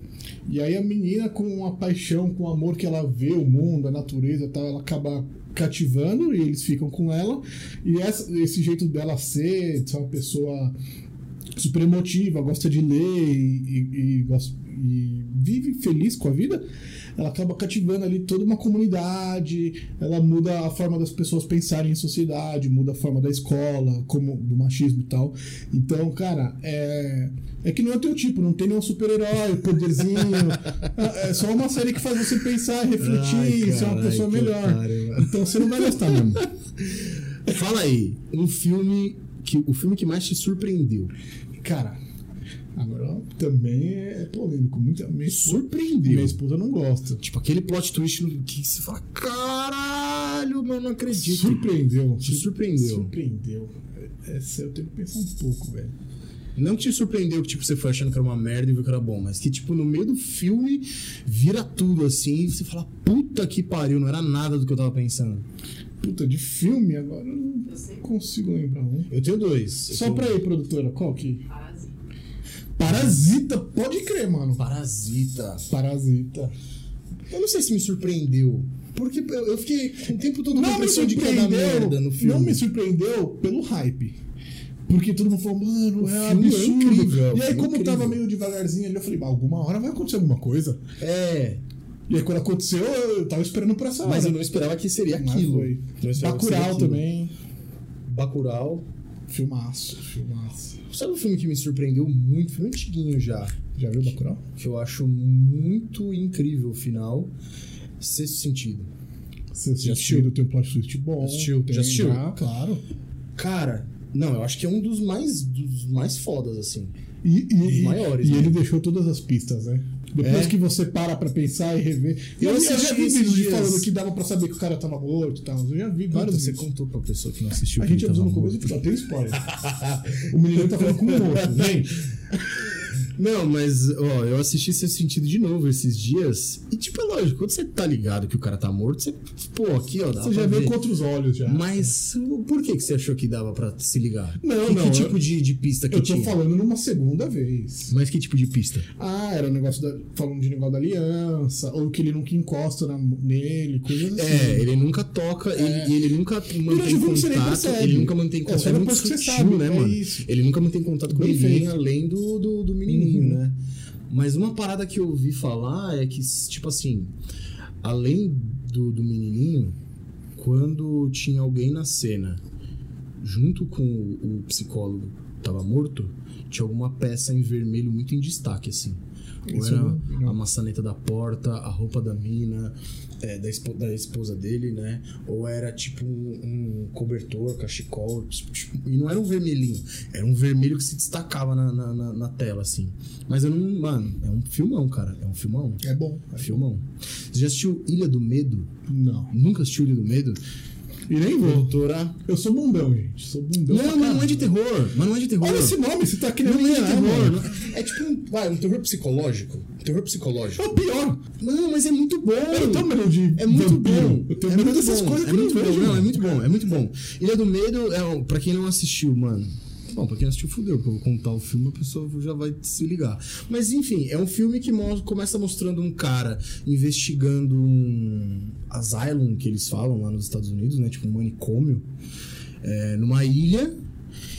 [SPEAKER 2] E aí a menina, com a paixão, com o amor que ela vê, o mundo, a natureza e tal, ela acaba cativando e eles ficam com ela. E essa- esse jeito dela ser, de ser uma pessoa super emotiva, gosta de ler e, e- e gosta- e vive feliz com a vida, ela acaba cativando ali toda uma comunidade, ela muda a forma das pessoas pensarem em sociedade, muda a forma da escola, como do machismo e tal. Então, cara, é, é que não é o teu tipo, não tem nenhum super-herói, poderzinho.
[SPEAKER 1] *laughs*
[SPEAKER 2] é é só uma série que faz você pensar, refletir,
[SPEAKER 1] Ai,
[SPEAKER 2] ser uma
[SPEAKER 1] carai,
[SPEAKER 2] pessoa
[SPEAKER 1] que
[SPEAKER 2] melhor.
[SPEAKER 1] otário, mano.
[SPEAKER 2] então você não vai gostar mesmo.
[SPEAKER 1] Fala aí, um filme. Que, o filme que mais te surpreendeu.
[SPEAKER 2] Cara, agora também é polêmico. Muita, minha, esposa, minha
[SPEAKER 1] Surpreendeu.
[SPEAKER 2] esposa não gosta.
[SPEAKER 1] Tipo, aquele plot twist no que você fala, caralho, mano, não acredito.
[SPEAKER 2] Surpreendeu.
[SPEAKER 1] Te surpreendeu.
[SPEAKER 2] tipo, Surpreendeu. É, Essa eu tenho que pensar um pouco, velho.
[SPEAKER 1] Não que te surpreendeu que tipo, você foi achando que era uma merda e viu que era bom, mas que tipo, no meio do filme vira tudo assim e você fala, puta que pariu, não era nada do que eu tava pensando.
[SPEAKER 2] Puta, de filme agora eu não
[SPEAKER 3] Eu sei.
[SPEAKER 2] consigo lembrar um.
[SPEAKER 1] Eu tenho dois. Eu
[SPEAKER 2] Só
[SPEAKER 1] tenho- um
[SPEAKER 2] pra aí, produtora, qual que?
[SPEAKER 3] Parasita.
[SPEAKER 2] Parasita, pode crer, mano.
[SPEAKER 1] Parasita.
[SPEAKER 2] Parasita.
[SPEAKER 1] Eu não sei se me surpreendeu. Porque eu eu fiquei o tempo todo com a
[SPEAKER 2] Não me
[SPEAKER 1] impressão de que ia dar merda no
[SPEAKER 2] surpreendeu.
[SPEAKER 1] filme.
[SPEAKER 2] Não me surpreendeu pelo hype. Porque todo mundo falou, mano, é
[SPEAKER 1] filme é
[SPEAKER 2] absurdo.
[SPEAKER 1] incrível,
[SPEAKER 2] e aí,
[SPEAKER 1] é
[SPEAKER 2] como
[SPEAKER 1] incrível.
[SPEAKER 2] tava meio devagarzinho ali, eu falei, "Bah, alguma hora vai acontecer alguma coisa.
[SPEAKER 1] É,
[SPEAKER 2] E aí, quando aconteceu, eu tava esperando por essa
[SPEAKER 1] Ah, mas eu
[SPEAKER 2] hora. né?
[SPEAKER 1] não esperava que seria
[SPEAKER 2] Mas
[SPEAKER 1] aquilo.
[SPEAKER 2] foi.
[SPEAKER 1] Não esperava que seria
[SPEAKER 2] Bacurau
[SPEAKER 1] aquilo.
[SPEAKER 2] também.
[SPEAKER 1] Bacurau.
[SPEAKER 2] Filmaço, filmaço.
[SPEAKER 1] Sabe um filme que me surpreendeu muito? Filme antiguinho já.
[SPEAKER 2] Já viu Bacurau?
[SPEAKER 1] Que eu acho muito incrível o final. Sexto sentido.
[SPEAKER 2] Você
[SPEAKER 1] Já
[SPEAKER 2] assistiu? Tem um plot twist bom.
[SPEAKER 1] Assistiu,
[SPEAKER 2] Tem,
[SPEAKER 1] já assistiu?
[SPEAKER 2] Já, claro.
[SPEAKER 1] Cara, Não, eu acho que é um dos mais, dos mais fodas, assim.
[SPEAKER 2] E, e,
[SPEAKER 1] Os maiores,
[SPEAKER 2] e
[SPEAKER 1] né?
[SPEAKER 2] ele deixou todas as pistas, né? Depois
[SPEAKER 1] É.
[SPEAKER 2] que você para pra pensar e rever.
[SPEAKER 1] Eu
[SPEAKER 2] Eu, eu
[SPEAKER 1] assisti
[SPEAKER 2] já vi
[SPEAKER 1] esses
[SPEAKER 2] vídeos de
[SPEAKER 1] dias.
[SPEAKER 2] falando que dava pra saber que o cara tava morto e tal. Eu já vi vários.
[SPEAKER 1] você
[SPEAKER 2] vídeos.
[SPEAKER 1] contou pra pessoa que não assistiu.
[SPEAKER 2] A
[SPEAKER 1] que
[SPEAKER 2] gente
[SPEAKER 1] ele
[SPEAKER 2] avisou no
[SPEAKER 1] tava
[SPEAKER 2] começo do
[SPEAKER 1] morto. né?
[SPEAKER 2] episódio, tem spoiler. o menino tá falando com o
[SPEAKER 1] *laughs*
[SPEAKER 2] morto, vem.
[SPEAKER 1] Não, mas, ó, eu assisti Sexto Sentido de novo esses dias. E, tipo, é lógico, quando você tá ligado que o cara tá morto, você, pô, aqui, ó, dá
[SPEAKER 2] Você
[SPEAKER 1] pra
[SPEAKER 2] já viu
[SPEAKER 1] ver.
[SPEAKER 2] com outros olhos já.
[SPEAKER 1] Mas por que, que você achou que dava pra se ligar?
[SPEAKER 2] Não,
[SPEAKER 1] E
[SPEAKER 2] não,
[SPEAKER 1] Que
[SPEAKER 2] eu-
[SPEAKER 1] tipo de, de pista que
[SPEAKER 2] Eu tô
[SPEAKER 1] tinha?
[SPEAKER 2] falando numa segunda vez.
[SPEAKER 1] Mas que tipo de pista?
[SPEAKER 2] Ah, era o negócio da. Falando de negócio da aliança, ou que ele nunca encosta na- nele, coisas assim.
[SPEAKER 1] É, ele nunca toca,
[SPEAKER 2] É.
[SPEAKER 1] ele, ele nunca mantém
[SPEAKER 2] o filme um você nem
[SPEAKER 1] contato,
[SPEAKER 2] percebe.
[SPEAKER 1] ele nunca mantém
[SPEAKER 2] É,
[SPEAKER 1] contato.
[SPEAKER 2] só
[SPEAKER 1] É, muito
[SPEAKER 2] depois que você
[SPEAKER 1] sutil,
[SPEAKER 2] sabe,
[SPEAKER 1] né,
[SPEAKER 2] é
[SPEAKER 1] mano?
[SPEAKER 2] isso.
[SPEAKER 1] Ele nunca mantém contato com
[SPEAKER 2] Bem
[SPEAKER 1] ninguém
[SPEAKER 2] feito.
[SPEAKER 1] além do, do, do menininho,
[SPEAKER 2] Uhum.
[SPEAKER 1] né? Mas uma parada que eu ouvi falar é que, tipo assim, além do, do menininho, quando tinha alguém na cena, junto com o, o psicólogo que tava morto, tinha alguma peça em vermelho muito em destaque, assim. Ou
[SPEAKER 2] Isso
[SPEAKER 1] era
[SPEAKER 2] eu não- não.
[SPEAKER 1] a maçaneta da porta, a roupa da mina, é, da, espo- da esposa dele, né? Ou era tipo um, um cobertor, cachecol, tipo, tipo, e não era um vermelhinho, era um vermelho que se destacava na, na, na- na tela, assim. Mas eu não. Mano, é um filmão, cara. É um filmão.
[SPEAKER 2] É bom.
[SPEAKER 1] É filmão. Você já assistiu Ilha do Medo?
[SPEAKER 2] Não.
[SPEAKER 1] Nunca assistiu Ilha do Medo?
[SPEAKER 2] E nem vou.
[SPEAKER 1] Doutora.
[SPEAKER 2] Eu sou bundão, gente. Sou bundão. pra
[SPEAKER 1] Não, mas não é
[SPEAKER 2] caralho.
[SPEAKER 1] de terror. Mas não é de terror.
[SPEAKER 2] Olha esse nome, você tá querendo
[SPEAKER 1] Não é de
[SPEAKER 2] enganar,
[SPEAKER 1] terror.
[SPEAKER 2] mano.
[SPEAKER 1] não- É tipo um, vai, um terror psicológico. Um terror psicológico.
[SPEAKER 2] É o pior.
[SPEAKER 1] Não, mas é muito bom.
[SPEAKER 2] Eu tenho medo de
[SPEAKER 1] É muito
[SPEAKER 2] vampiro.
[SPEAKER 1] bom.
[SPEAKER 2] Eu tenho
[SPEAKER 1] é
[SPEAKER 2] medo
[SPEAKER 1] muito
[SPEAKER 2] dessas
[SPEAKER 1] bom,
[SPEAKER 2] coisas
[SPEAKER 1] é
[SPEAKER 2] que eu não
[SPEAKER 1] muito bom.
[SPEAKER 2] vejo.
[SPEAKER 1] Não, é muito bom, é muito bom. Ilha do Medo, é, um- pra quem não assistiu, mano. Bom, pra quem assistiu, fudeu, porque eu vou contar o filme, a pessoa já vai se ligar. Mas enfim, é um filme que mostra- começa mostrando um cara investigando um asylum, que eles falam lá nos Estados Unidos, né? Tipo um manicômio, é, numa ilha.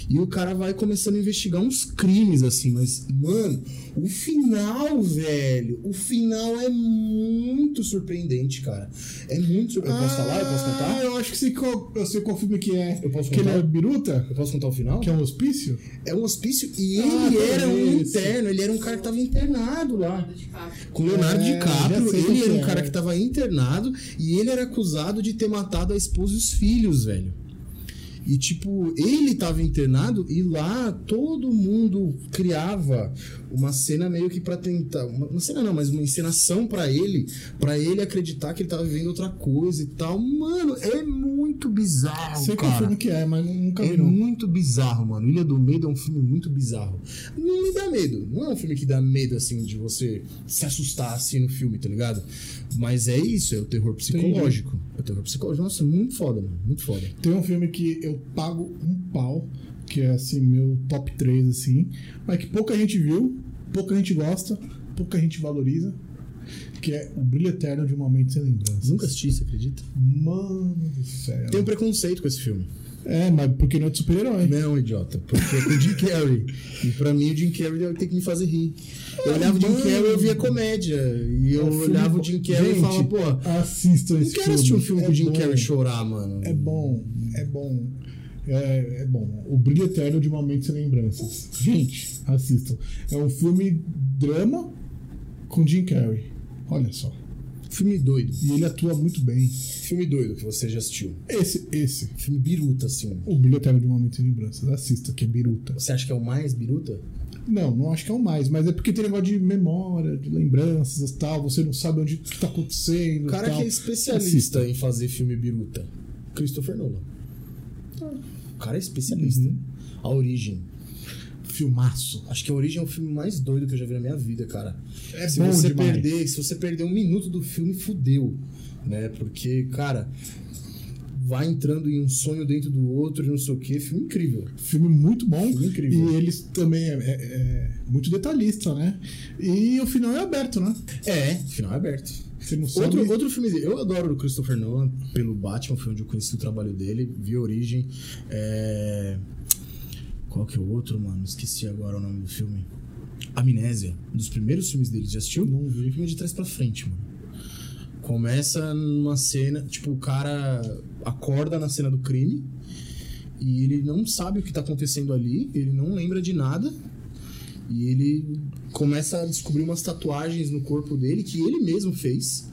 [SPEAKER 1] E o cara vai começando a investigar uns crimes, assim, mas, mano, o final, velho, o final é muito surpreendente, cara. É muito surpreendente. Eu posso falar? Eu posso
[SPEAKER 2] Ah,
[SPEAKER 1] contar?
[SPEAKER 2] eu acho que sei qual, eu sei qual filme que é.
[SPEAKER 1] Eu posso
[SPEAKER 2] que ele
[SPEAKER 1] contar?
[SPEAKER 2] é biruta?
[SPEAKER 1] Eu posso contar o final?
[SPEAKER 2] Que é um hospício?
[SPEAKER 1] É um hospício e
[SPEAKER 2] Ah,
[SPEAKER 1] ele
[SPEAKER 2] tá
[SPEAKER 1] era um
[SPEAKER 2] esse.
[SPEAKER 1] interno, ele era um cara que tava internado lá.
[SPEAKER 3] de fato.
[SPEAKER 1] Com Leonardo
[SPEAKER 2] É, já
[SPEAKER 1] DiCaprio,
[SPEAKER 2] sei
[SPEAKER 1] ele
[SPEAKER 2] quem
[SPEAKER 1] era um
[SPEAKER 2] é.
[SPEAKER 1] cara que tava internado e ele era acusado de ter matado a esposa e os filhos, velho. E, tipo, ele tava internado e lá todo mundo criava uma cena meio que pra tentar. Uma, uma cena não, mas uma encenação pra ele, pra ele acreditar que ele tava vivendo outra coisa e tal. Mano, é muito bizarro,
[SPEAKER 2] sei qual
[SPEAKER 1] um cara.
[SPEAKER 2] filme que é, mas nunca
[SPEAKER 1] É
[SPEAKER 2] vi, não.
[SPEAKER 1] muito bizarro, mano. Ilha do Medo é um filme muito bizarro. Não me dá medo. Não é um filme que dá medo, assim, de você se assustar assim no filme, tá ligado? Mas é isso, é o terror psicológico. É o terror psicológico. Nossa, muito foda, mano. Muito foda.
[SPEAKER 2] Tem um filme que eu pago um pau, que é assim, meu top 3, assim, mas que pouca gente viu, pouca gente gosta, pouca gente valoriza, que é O Brilho Eterno de Um Momento Sem Lembrança.
[SPEAKER 1] Nunca assisti, você acredita?
[SPEAKER 2] Mano do céu.
[SPEAKER 1] Tenho preconceito com esse filme.
[SPEAKER 2] É, mas porque não é de super-herói.
[SPEAKER 1] Não, um idiota. Porque é com o Jim Carrey. E pra mim, o Jim Carrey ele tem que me fazer rir. Eu olhava o Jim
[SPEAKER 2] mano.
[SPEAKER 1] Carrey e eu via comédia. E eu
[SPEAKER 2] É um filme
[SPEAKER 1] olhava
[SPEAKER 2] bom.
[SPEAKER 1] o Jim Carrey e
[SPEAKER 2] Gente,
[SPEAKER 1] falava, pô,
[SPEAKER 2] Assistam
[SPEAKER 1] não
[SPEAKER 2] esse
[SPEAKER 1] quero assistir um filme
[SPEAKER 2] é
[SPEAKER 1] com o Jim
[SPEAKER 2] bom,
[SPEAKER 1] Carrey chorar, mano.
[SPEAKER 2] É bom, é bom. É, é bom. O Brilho Eterno de Uma Mente Sem Lembranças. Gente, assistam. É um filme drama com Jim Carrey. Olha só.
[SPEAKER 1] Filme doido.
[SPEAKER 2] E ele atua muito bem.
[SPEAKER 1] Filme doido que você já assistiu.
[SPEAKER 2] Esse, esse.
[SPEAKER 1] Filme biruta, assim.
[SPEAKER 2] O Brilho Eterno de Uma Mente Sem Lembranças. Assista, que é biruta.
[SPEAKER 1] Você acha que é o mais biruta?
[SPEAKER 2] Não, não acho que é o mais, mas é porque tem negócio de memória, de lembranças e tal. Você não sabe onde que tá acontecendo.
[SPEAKER 1] O
[SPEAKER 2] e
[SPEAKER 1] cara
[SPEAKER 2] tal.
[SPEAKER 1] que é especialista
[SPEAKER 2] Assista.
[SPEAKER 1] em fazer filme biruta. Christopher Nolan. O cara é especialista.
[SPEAKER 2] Uhum.
[SPEAKER 1] A Origem.
[SPEAKER 2] Filmaço.
[SPEAKER 1] Acho que a Origem é o filme mais doido que eu já vi na minha vida, cara.
[SPEAKER 2] É
[SPEAKER 1] se
[SPEAKER 2] bom
[SPEAKER 1] você
[SPEAKER 2] demais.
[SPEAKER 1] perder, se você perder um minuto do filme, fudeu, né? Porque, cara, vai entrando em um sonho dentro do outro, e não sei o quê, filme incrível.
[SPEAKER 2] Filme muito bom.
[SPEAKER 1] Filme incrível.
[SPEAKER 2] E eles também é, é- é muito detalhista, né? E o final é aberto, né?
[SPEAKER 1] É, final é aberto.
[SPEAKER 2] Você não sabe.
[SPEAKER 1] Outro, outro filme dele. Eu adoro o Christopher Nolan pelo Batman, foi onde eu conheci o trabalho dele, vi a origem. É, Qual que é o outro, mano? Esqueci agora o nome do filme. Amnésia, um dos primeiros filmes dele. Já assistiu?
[SPEAKER 2] Não vi.
[SPEAKER 1] Filme de trás pra frente, mano. Começa numa cena, tipo, o cara acorda na cena do crime e ele não sabe o que tá acontecendo ali, ele não lembra de nada. E ele começa a descobrir umas tatuagens no corpo dele que ele mesmo fez.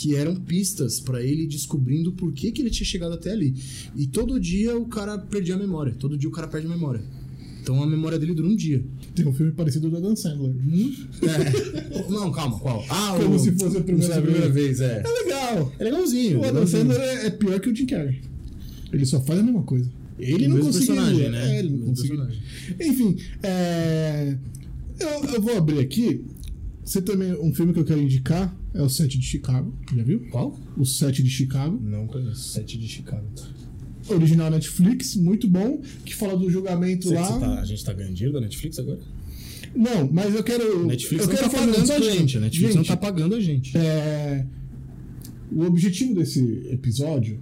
[SPEAKER 1] que eram pistas pra ele descobrindo por que, que ele tinha chegado até ali. E todo dia o cara perdia a memória. Todo dia o cara perde a memória. Então a memória dele dura um dia.
[SPEAKER 2] Tem um filme parecido do Adam Sandler. Hum?
[SPEAKER 1] É. *laughs* Não, calma, qual? Ah,
[SPEAKER 2] Como
[SPEAKER 1] o-
[SPEAKER 2] se fosse a primeira
[SPEAKER 1] como se fosse
[SPEAKER 2] vez.
[SPEAKER 1] é.
[SPEAKER 2] É legal.
[SPEAKER 1] É legalzinho.
[SPEAKER 2] O Adam
[SPEAKER 1] legalzinho.
[SPEAKER 2] Sandler é, é pior que o Jim Carrey. Ele só faz a mesma coisa. Ele
[SPEAKER 1] O
[SPEAKER 2] não
[SPEAKER 1] mesmo
[SPEAKER 2] conseguiria.
[SPEAKER 1] personagem, né?
[SPEAKER 2] É, ele não
[SPEAKER 1] O mesmo
[SPEAKER 2] conseguiria.
[SPEAKER 1] personagem.
[SPEAKER 2] Enfim, é, eu, eu vou abrir aqui. Você também, um filme que eu quero indicar é o Sete de Chicago. Já viu?
[SPEAKER 1] Qual?
[SPEAKER 2] O Sete de Chicago.
[SPEAKER 1] Não conheço. Sete de Chicago.
[SPEAKER 2] Original Netflix, muito bom. Que fala do julgamento lá.
[SPEAKER 1] a gente tá ganhando dinheiro da Netflix agora?
[SPEAKER 2] Não, mas eu quero.
[SPEAKER 1] Netflix
[SPEAKER 2] eu
[SPEAKER 1] não
[SPEAKER 2] quero
[SPEAKER 1] tá
[SPEAKER 2] fazer um
[SPEAKER 1] pagando a
[SPEAKER 2] disclaimer.
[SPEAKER 1] gente. A Netflix não
[SPEAKER 2] Gente,
[SPEAKER 1] tá pagando a gente.
[SPEAKER 2] É, O objetivo desse episódio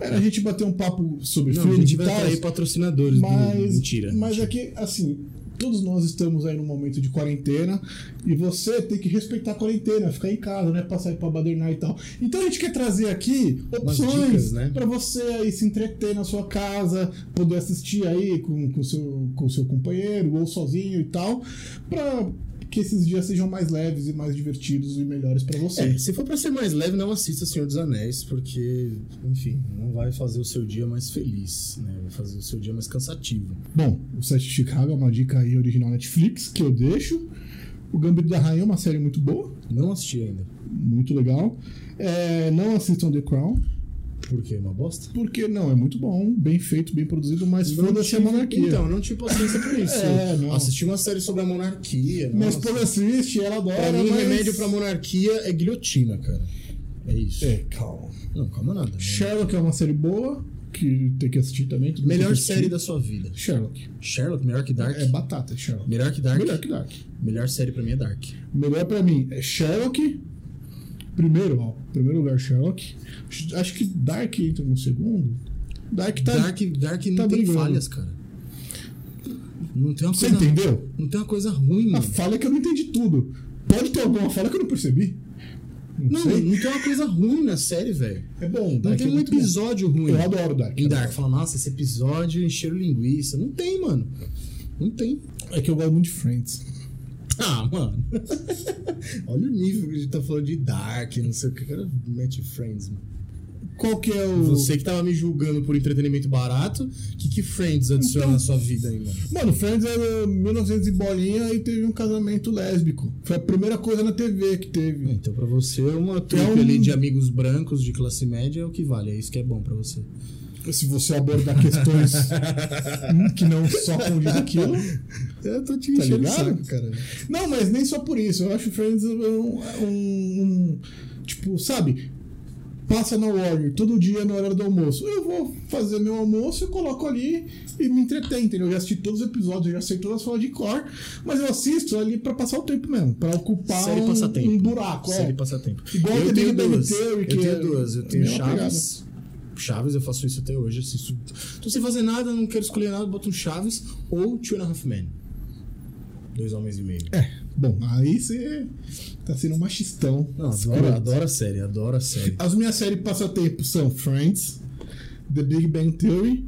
[SPEAKER 2] era a gente bater um papo sobre
[SPEAKER 1] Não, a
[SPEAKER 2] filmes
[SPEAKER 1] gente
[SPEAKER 2] e
[SPEAKER 1] vai
[SPEAKER 2] tal.
[SPEAKER 1] atrair patrocinadores.
[SPEAKER 2] Mas,
[SPEAKER 1] Mentira.
[SPEAKER 2] mas é que, assim, todos nós estamos aí num momento de quarentena e você tem que respeitar a quarentena, ficar em casa, né? Passar aí pra badernar e tal. Então a gente quer trazer aqui
[SPEAKER 1] Umas
[SPEAKER 2] opções
[SPEAKER 1] dicas, né?
[SPEAKER 2] pra você aí se entreter na sua casa, poder assistir aí com com seu, com seu companheiro ou sozinho e tal, pra que esses dias sejam mais leves e mais divertidos e melhores pra você.
[SPEAKER 1] É, se for pra ser mais leve, não assista Senhor dos Anéis, porque, enfim, não vai fazer o seu dia mais feliz, né? Vai fazer o seu dia mais cansativo.
[SPEAKER 2] Bom, o Sete de Chicago é uma dica aí original Netflix que eu deixo. O Gambito da Rainha é uma série muito boa,
[SPEAKER 1] Não assisti ainda.
[SPEAKER 2] muito legal. É, não assistam The Crown,
[SPEAKER 1] Porque é uma bosta.
[SPEAKER 2] porque não, é muito bom, bem feito, bem produzido, mas
[SPEAKER 1] Não
[SPEAKER 2] foda-se a
[SPEAKER 1] tive-
[SPEAKER 2] monarquia.
[SPEAKER 1] Então, não tive paciência por isso.
[SPEAKER 2] É, não.
[SPEAKER 1] Assisti uma série sobre a monarquia.
[SPEAKER 2] Minha
[SPEAKER 1] nossa.
[SPEAKER 2] esposa assiste, ela adora,
[SPEAKER 1] Pra mim, o
[SPEAKER 2] mas...
[SPEAKER 1] remédio pra monarquia é guilhotina, cara. É isso.
[SPEAKER 2] É, calma.
[SPEAKER 1] Não, calma nada. né?
[SPEAKER 2] Sherlock é uma série boa, que tem que assistir também. todo mundo tem
[SPEAKER 1] Melhor
[SPEAKER 2] que assistir.
[SPEAKER 1] série da sua vida.
[SPEAKER 2] Sherlock.
[SPEAKER 1] Sherlock, melhor que Dark?
[SPEAKER 2] É batata, Sherlock.
[SPEAKER 1] Melhor que Dark?
[SPEAKER 2] Melhor que Dark.
[SPEAKER 1] Melhor série pra mim é Dark.
[SPEAKER 2] Melhor pra mim é Sherlock. Primeiro, ó. Primeiro lugar, Sherlock. Acho que Dark entra no segundo. Dark tá.
[SPEAKER 1] Dark, Dark não
[SPEAKER 2] tá
[SPEAKER 1] tem
[SPEAKER 2] brigando.
[SPEAKER 1] falhas, cara. Não tem uma
[SPEAKER 2] Você
[SPEAKER 1] coisa.
[SPEAKER 2] entendeu?
[SPEAKER 1] Não tem uma coisa ruim,
[SPEAKER 2] A
[SPEAKER 1] mano.
[SPEAKER 2] falha é que eu não entendi tudo. Pode ter alguma falha que eu não percebi.
[SPEAKER 1] Não,
[SPEAKER 2] sei.
[SPEAKER 1] não tem uma coisa ruim na série, velho.
[SPEAKER 2] É bom,
[SPEAKER 1] Não
[SPEAKER 2] Dark.
[SPEAKER 1] tem
[SPEAKER 2] é
[SPEAKER 1] um
[SPEAKER 2] muito bom.
[SPEAKER 1] episódio ruim.
[SPEAKER 2] Eu adoro Dark.
[SPEAKER 1] Em Dark, fala, nossa, esse episódio encheram linguiça. Não tem, mano. Não tem. *laughs*
[SPEAKER 2] É que eu gosto muito de Friends.
[SPEAKER 1] Ah, mano. *laughs* Olha o nível que a gente tá falando de Dark, não sei o que. Cara, mete Friends, mano.
[SPEAKER 2] Qual que é o.
[SPEAKER 1] Você que tava me julgando por entretenimento barato, o que, que Friends adiciona
[SPEAKER 2] Então,
[SPEAKER 1] na sua vida aí, mano?
[SPEAKER 2] Mano, Friends é, era 1900 e bolinha e teve um casamento lésbico. Foi a primeira coisa na TV que teve.
[SPEAKER 1] Então, pra você, uma trupe
[SPEAKER 2] um-
[SPEAKER 1] ali de amigos brancos de classe média é o que vale, é isso que é bom pra você.
[SPEAKER 2] Se você abordar *laughs* questões hum, que não só condiz aquilo.
[SPEAKER 1] Eu tô te
[SPEAKER 2] enchendo o saco,
[SPEAKER 1] cara.
[SPEAKER 2] Não, mas nem só por isso. Eu acho Friends um, um- um- Tipo, sabe? Passa na Warner todo dia na hora do almoço. Eu vou fazer meu almoço, eu coloco ali e me entretém, entendeu? Eu já assisti todos os episódios, eu já sei todas as falas de cor, mas eu assisto ali pra passar o tempo mesmo, pra ocupar
[SPEAKER 1] Série
[SPEAKER 2] um,
[SPEAKER 1] passatempo.
[SPEAKER 2] um buraco.
[SPEAKER 1] Série
[SPEAKER 2] é.
[SPEAKER 1] passatempo.
[SPEAKER 2] Igual
[SPEAKER 1] eu
[SPEAKER 2] The
[SPEAKER 1] tenho
[SPEAKER 2] Big Bang
[SPEAKER 1] duas.
[SPEAKER 2] Theory,
[SPEAKER 1] eu
[SPEAKER 2] que é
[SPEAKER 1] tenho duas. Eu
[SPEAKER 2] a
[SPEAKER 1] tenho
[SPEAKER 2] mesma
[SPEAKER 1] Chaves. Chaves, eu faço isso até hoje. Assisto. Tô sem fazer nada, não quero escolher nada, boto um Chaves ou Two and a Half Men. Dois homens e meio.
[SPEAKER 2] É, bom, aí você tá sendo um machistão.
[SPEAKER 1] Não, adoro,
[SPEAKER 2] Escroto.
[SPEAKER 1] adoro a série, adoro a série.
[SPEAKER 2] As minhas séries passatempo são Friends, The Big Bang Theory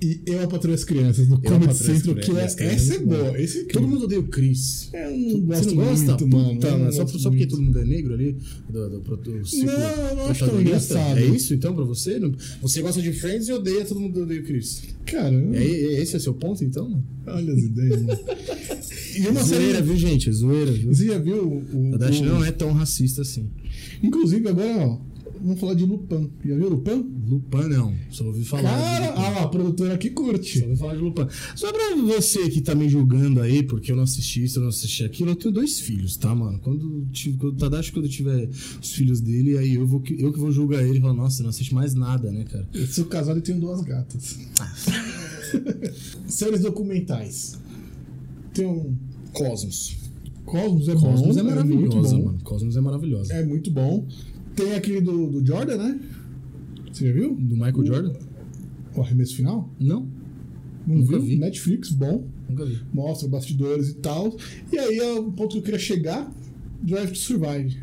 [SPEAKER 2] e Eu a Patroa as Crianças, no
[SPEAKER 1] Eu, a
[SPEAKER 2] Comedy
[SPEAKER 1] Patroa e as
[SPEAKER 2] Central, que é,
[SPEAKER 1] Crianças, que é
[SPEAKER 2] essa é
[SPEAKER 1] muito bom.
[SPEAKER 2] boa. Esse é
[SPEAKER 1] Todo
[SPEAKER 2] incrível.
[SPEAKER 1] mundo odeia o Chris.
[SPEAKER 2] É, eu não
[SPEAKER 1] Você
[SPEAKER 2] gosto
[SPEAKER 1] não gosta?
[SPEAKER 2] muito, mano.
[SPEAKER 1] Puta,
[SPEAKER 2] Eu não
[SPEAKER 1] mas só,
[SPEAKER 2] gosto
[SPEAKER 1] só porque
[SPEAKER 2] muito.
[SPEAKER 1] todo mundo é negro ali? Do, do, pro- do ciclo
[SPEAKER 2] Não, eu não acho tão
[SPEAKER 1] protagonista?
[SPEAKER 2] engraçado.
[SPEAKER 1] É isso então pra você? Não- Você gosta de Friends e odeia todo mundo odeia o Chris.
[SPEAKER 2] Cara,
[SPEAKER 1] É, é- esse é seu ponto então? mano?
[SPEAKER 2] olha as ideias, mano. E uma
[SPEAKER 1] Zoeira,
[SPEAKER 2] série...
[SPEAKER 1] viu, gente? É Zoeira, viu?
[SPEAKER 2] Você já viu o... o-
[SPEAKER 1] A Dash não é tão racista assim.
[SPEAKER 2] Inclusive, agora, ó, vamos falar de Lupin. Já viu Lupin?
[SPEAKER 1] Lupin não. Só ouvi falar. de
[SPEAKER 2] Cara,
[SPEAKER 1] Lupin.
[SPEAKER 2] ah lá, a produtora aqui curte.
[SPEAKER 1] Só ouvi falar de Lupin. Só pra você que tá me julgando aí, porque eu não assisti isso, eu não assisti aquilo, eu tenho dois filhos, tá, mano? Quando, ti- quando o Tadashi, quando eu tiver os filhos dele, aí eu, vou, que- eu que vou julgar ele e falar, nossa, você não assiste mais nada, né, cara?
[SPEAKER 2] Eu sou casado e tenho duas gatas. *laughs* Séries documentais. Tem um.
[SPEAKER 1] Cosmos.
[SPEAKER 2] Cosmos é
[SPEAKER 1] Cosmos
[SPEAKER 2] bom.
[SPEAKER 1] é maravilhosa,
[SPEAKER 2] muito bom.
[SPEAKER 1] mano. Cosmos é maravilhosa.
[SPEAKER 2] É muito bom. Tem aquele do, do Jordan, né? Você já viu?
[SPEAKER 1] Do Michael Jordan?
[SPEAKER 2] O arremesso final?
[SPEAKER 1] Não,
[SPEAKER 2] Não
[SPEAKER 1] Nunca
[SPEAKER 2] viu?
[SPEAKER 1] vi.
[SPEAKER 2] Netflix, bom.
[SPEAKER 1] nunca vi.
[SPEAKER 2] Mostra bastidores e tal. E aí é o ponto que eu queria chegar: Drive to Survive.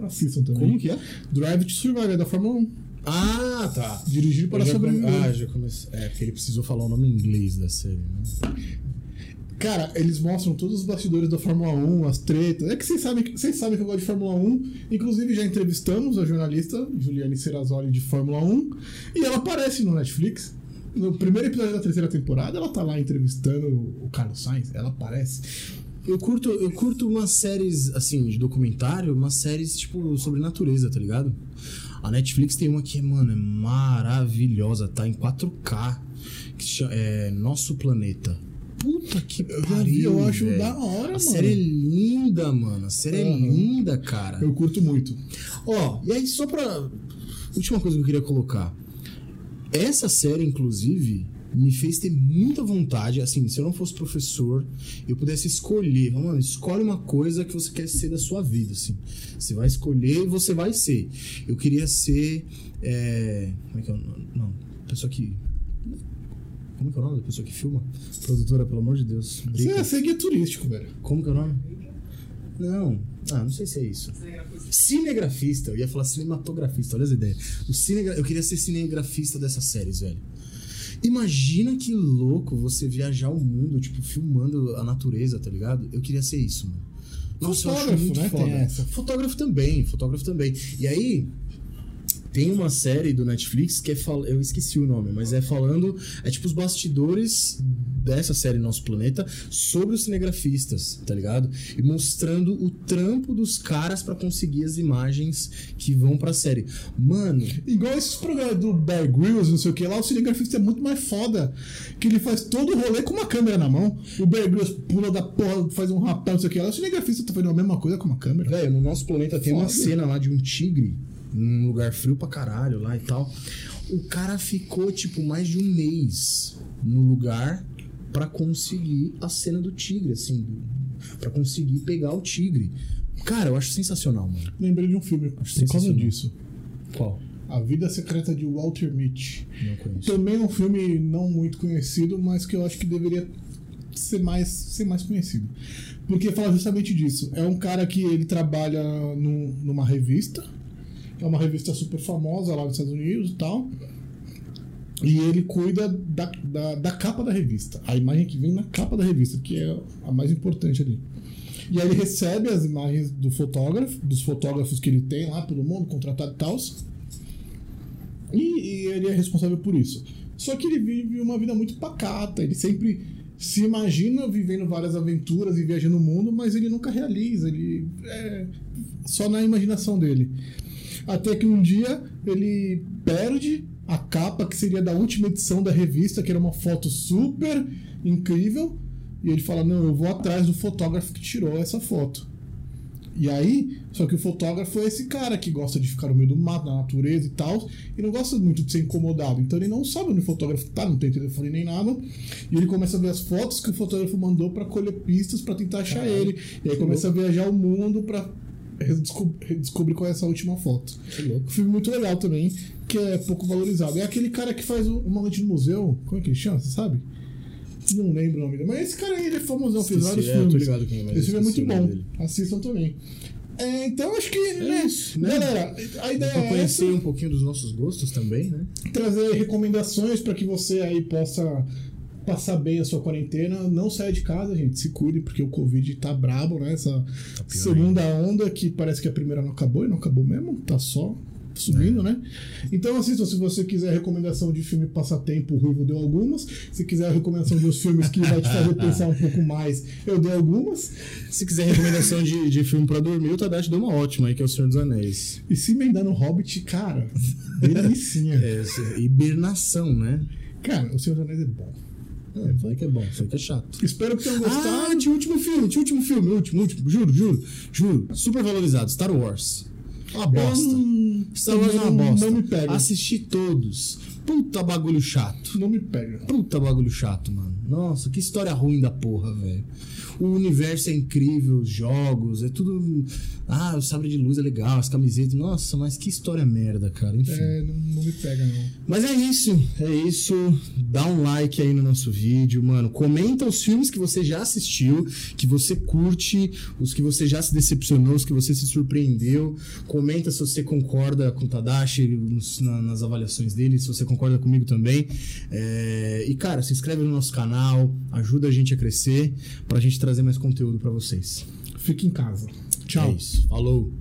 [SPEAKER 2] Assistam também.
[SPEAKER 1] Como que é?
[SPEAKER 2] Drive to Survive é da Fórmula 1.
[SPEAKER 1] Ah, tá.
[SPEAKER 2] Dirigir
[SPEAKER 1] Eu
[SPEAKER 2] para
[SPEAKER 1] já Ah, come-
[SPEAKER 2] sobreviver.
[SPEAKER 1] Ah, já comecei. É, porque ele precisou falar o nome em inglês da série, né?
[SPEAKER 2] Cara, eles mostram todos os bastidores da Fórmula 1, as tretas. É que vocês sabem, que- vocês sabem que eu gosto de Fórmula 1. Inclusive, já entrevistamos a jornalista Juliane Serrazoli de Fórmula 1. E ela aparece no Netflix. No primeiro episódio da terceira temporada, ela tá lá entrevistando o Carlos Sainz. Ela aparece.
[SPEAKER 1] Eu curto, eu curto umas séries, assim, de documentário, umas séries, tipo, sobre natureza, tá ligado? A Netflix tem uma que, é, mano, é maravilhosa, tá em 4K, que se chama, é Nosso Planeta. Puta que
[SPEAKER 2] Eu já vi,
[SPEAKER 1] pariu,
[SPEAKER 2] eu acho
[SPEAKER 1] velho.
[SPEAKER 2] da hora,
[SPEAKER 1] A
[SPEAKER 2] mano.
[SPEAKER 1] série é linda, mano. A série é
[SPEAKER 2] Aham.
[SPEAKER 1] linda, cara.
[SPEAKER 2] Eu curto muito.
[SPEAKER 1] Ó, e aí só pra. Última coisa que eu queria colocar. Essa série, inclusive, me fez ter muita vontade. Assim, se eu não fosse professor, eu pudesse escolher. Mano, escolhe uma coisa que você quer ser da sua vida, assim. Você vai escolher e você vai ser. Eu queria ser. é, Como é que é o nome? Não, pessoa que. Como que é o nome da pessoa que filma? Produtora, pelo amor de Deus.
[SPEAKER 2] Você é
[SPEAKER 1] Dica.
[SPEAKER 2] ser guia turístico, velho.
[SPEAKER 1] Como que é o nome? Não. Ah, não sei se é isso.
[SPEAKER 3] né?
[SPEAKER 1] Cinegrafista, eu ia falar cinematografista, olha as ideias. O cinegra... Eu queria ser cinegrafista dessas séries, velho. Imagina que louco você viajar o mundo, tipo, filmando a natureza, tá ligado? Eu queria ser isso, mano. Nossa, eu acho
[SPEAKER 2] Fotógrafo,
[SPEAKER 1] muito
[SPEAKER 2] né?
[SPEAKER 1] foda.
[SPEAKER 2] Tem essa.
[SPEAKER 1] Fotógrafo também, fotógrafo também. E aí, tem uma série do Netflix que é fal... eu esqueci o nome, mas é falando é tipo os bastidores dessa série Nosso Planeta sobre os cinegrafistas, tá ligado? E mostrando o trampo dos caras pra conseguir as imagens que vão pra série. Mano,
[SPEAKER 2] Igual esses programas do Bear Grylls, não sei o que lá, o cinegrafista é muito mais foda. Que ele faz todo o rolê com uma câmera na mão. O Bear Grylls pula da porra, faz um rapel, não sei o que lá. O cinegrafista tá fazendo a mesma coisa com uma câmera.
[SPEAKER 1] Velho, no nosso planeta tem uma
[SPEAKER 2] Foda.
[SPEAKER 1] cena lá de um tigre, num lugar frio pra caralho lá e tal. O cara ficou, tipo, mais de um mês no lugar pra conseguir a cena do tigre, assim, do- pra conseguir pegar o tigre. Cara, eu acho sensacional, mano.
[SPEAKER 2] Lembrei de um filme por causa
[SPEAKER 1] sensacional.
[SPEAKER 2] disso.
[SPEAKER 1] Qual?
[SPEAKER 2] A Vida Secreta de Walter Mitty.
[SPEAKER 1] Não conheço.
[SPEAKER 2] Também é um filme não muito conhecido, mas que eu acho que deveria ser mais, ser mais conhecido. Porque fala justamente disso. É um cara que ele trabalha num- numa revista. É uma revista super famosa lá nos Estados Unidos e tal. E ele cuida da, da, da capa da revista. A imagem que vem na capa da revista, que é a mais importante ali. E aí ele recebe as imagens do fotógrafo, dos fotógrafos que ele tem lá pelo mundo, contratado e tal. E, e ele é responsável por isso. Só que ele vive uma vida muito pacata, ele sempre se imagina vivendo várias aventuras e viajando o mundo, mas ele nunca realiza, ele é só na imaginação dele. Até que um dia ele perde a capa que seria da última edição da revista, que era uma foto super incrível, e ele fala: "Não, eu vou atrás do fotógrafo que tirou essa foto". E aí, só que o fotógrafo é esse cara que gosta de ficar no meio do mato, na natureza e tal, e não gosta muito de ser incomodado. Então ele não sabe onde o fotógrafo tá, não tem telefone nem nada. E ele começa a ver as fotos que o fotógrafo mandou pra colher pistas pra tentar achar
[SPEAKER 1] Caralho.
[SPEAKER 2] ele. E aí começa a viajar o mundo pra redesco- redescobrir qual é essa última foto.
[SPEAKER 1] Que é louco.
[SPEAKER 2] Um filme muito legal também, que é pouco valorizado. É aquele cara que faz o- uma noite no museu, como é que ele chama, você sabe? Não lembro o nome dele, mas esse cara aí, ele é famosão, fez
[SPEAKER 1] Esqueci,
[SPEAKER 2] vários
[SPEAKER 1] é, eu tô
[SPEAKER 2] filmes.
[SPEAKER 1] ligado quem é, mas
[SPEAKER 2] esse filme é
[SPEAKER 1] esqueci
[SPEAKER 2] muito
[SPEAKER 1] o
[SPEAKER 2] bom,
[SPEAKER 1] nome dele.
[SPEAKER 2] assistam também. É, então acho que, né,
[SPEAKER 1] isso, né?
[SPEAKER 2] galera, a ideia
[SPEAKER 1] Pra
[SPEAKER 2] é essa,
[SPEAKER 1] conhecer um pouquinho dos nossos gostos também, né?
[SPEAKER 2] trazer recomendações para que você aí possa passar bem a sua quarentena. Não saia de casa, gente, se cuide, porque o Covid tá brabo, né? Essa
[SPEAKER 1] Tá pior
[SPEAKER 2] segunda onda que parece que a primeira não acabou e não acabou mesmo, tá só
[SPEAKER 1] É.
[SPEAKER 2] subindo, né? Então assistam, se você quiser recomendação de filme passatempo, o Ruivo deu algumas. Se quiser recomendação de uns filmes que vai
[SPEAKER 1] *laughs*
[SPEAKER 2] te fazer pensar um pouco mais, eu dei algumas.
[SPEAKER 1] Se quiser recomendação de, de filme pra dormir, o Tadashi deu uma ótima aí, que é O Senhor dos Anéis.
[SPEAKER 2] E se emendar no Hobbit, cara,
[SPEAKER 1] *laughs*
[SPEAKER 2] delicinha.
[SPEAKER 1] É, hibernação, né?
[SPEAKER 2] Cara, o Senhor dos Anéis é bom.
[SPEAKER 1] É, vai que é bom, vai que é chato.
[SPEAKER 2] Espero que tenham gostado.
[SPEAKER 1] Ah, de último filme, de último filme, último, último, juro, juro, juro. Super valorizado, Star Wars. Uma bosta.
[SPEAKER 2] Hum,
[SPEAKER 1] Star Wars é uma bosta.
[SPEAKER 2] Não me pega.
[SPEAKER 1] Assisti todos. Puta bagulho chato.
[SPEAKER 2] Não me pega.
[SPEAKER 1] Puta bagulho chato, mano. Nossa, que história ruim da porra, velho. O universo é incrível, os jogos, é tudo. Ah, o sabre de luz é legal, as camisetas. Nossa, mas que história merda, cara. Enfim.
[SPEAKER 2] É, não, não me pega, não.
[SPEAKER 1] Mas é isso, é isso. Dá um like aí no nosso vídeo, mano. Comenta os filmes que você já assistiu, que você curte, os que você já se decepcionou, os que você se surpreendeu. Comenta se você concorda concorda com o Tadashi nos- na- nas avaliações dele, se você concorda comigo também. É, e, cara, se inscreve no nosso canal, ajuda a gente a crescer, pra gente trazer mais conteúdo pra vocês.
[SPEAKER 2] Fique em casa. Tchau.
[SPEAKER 1] É isso. Falou!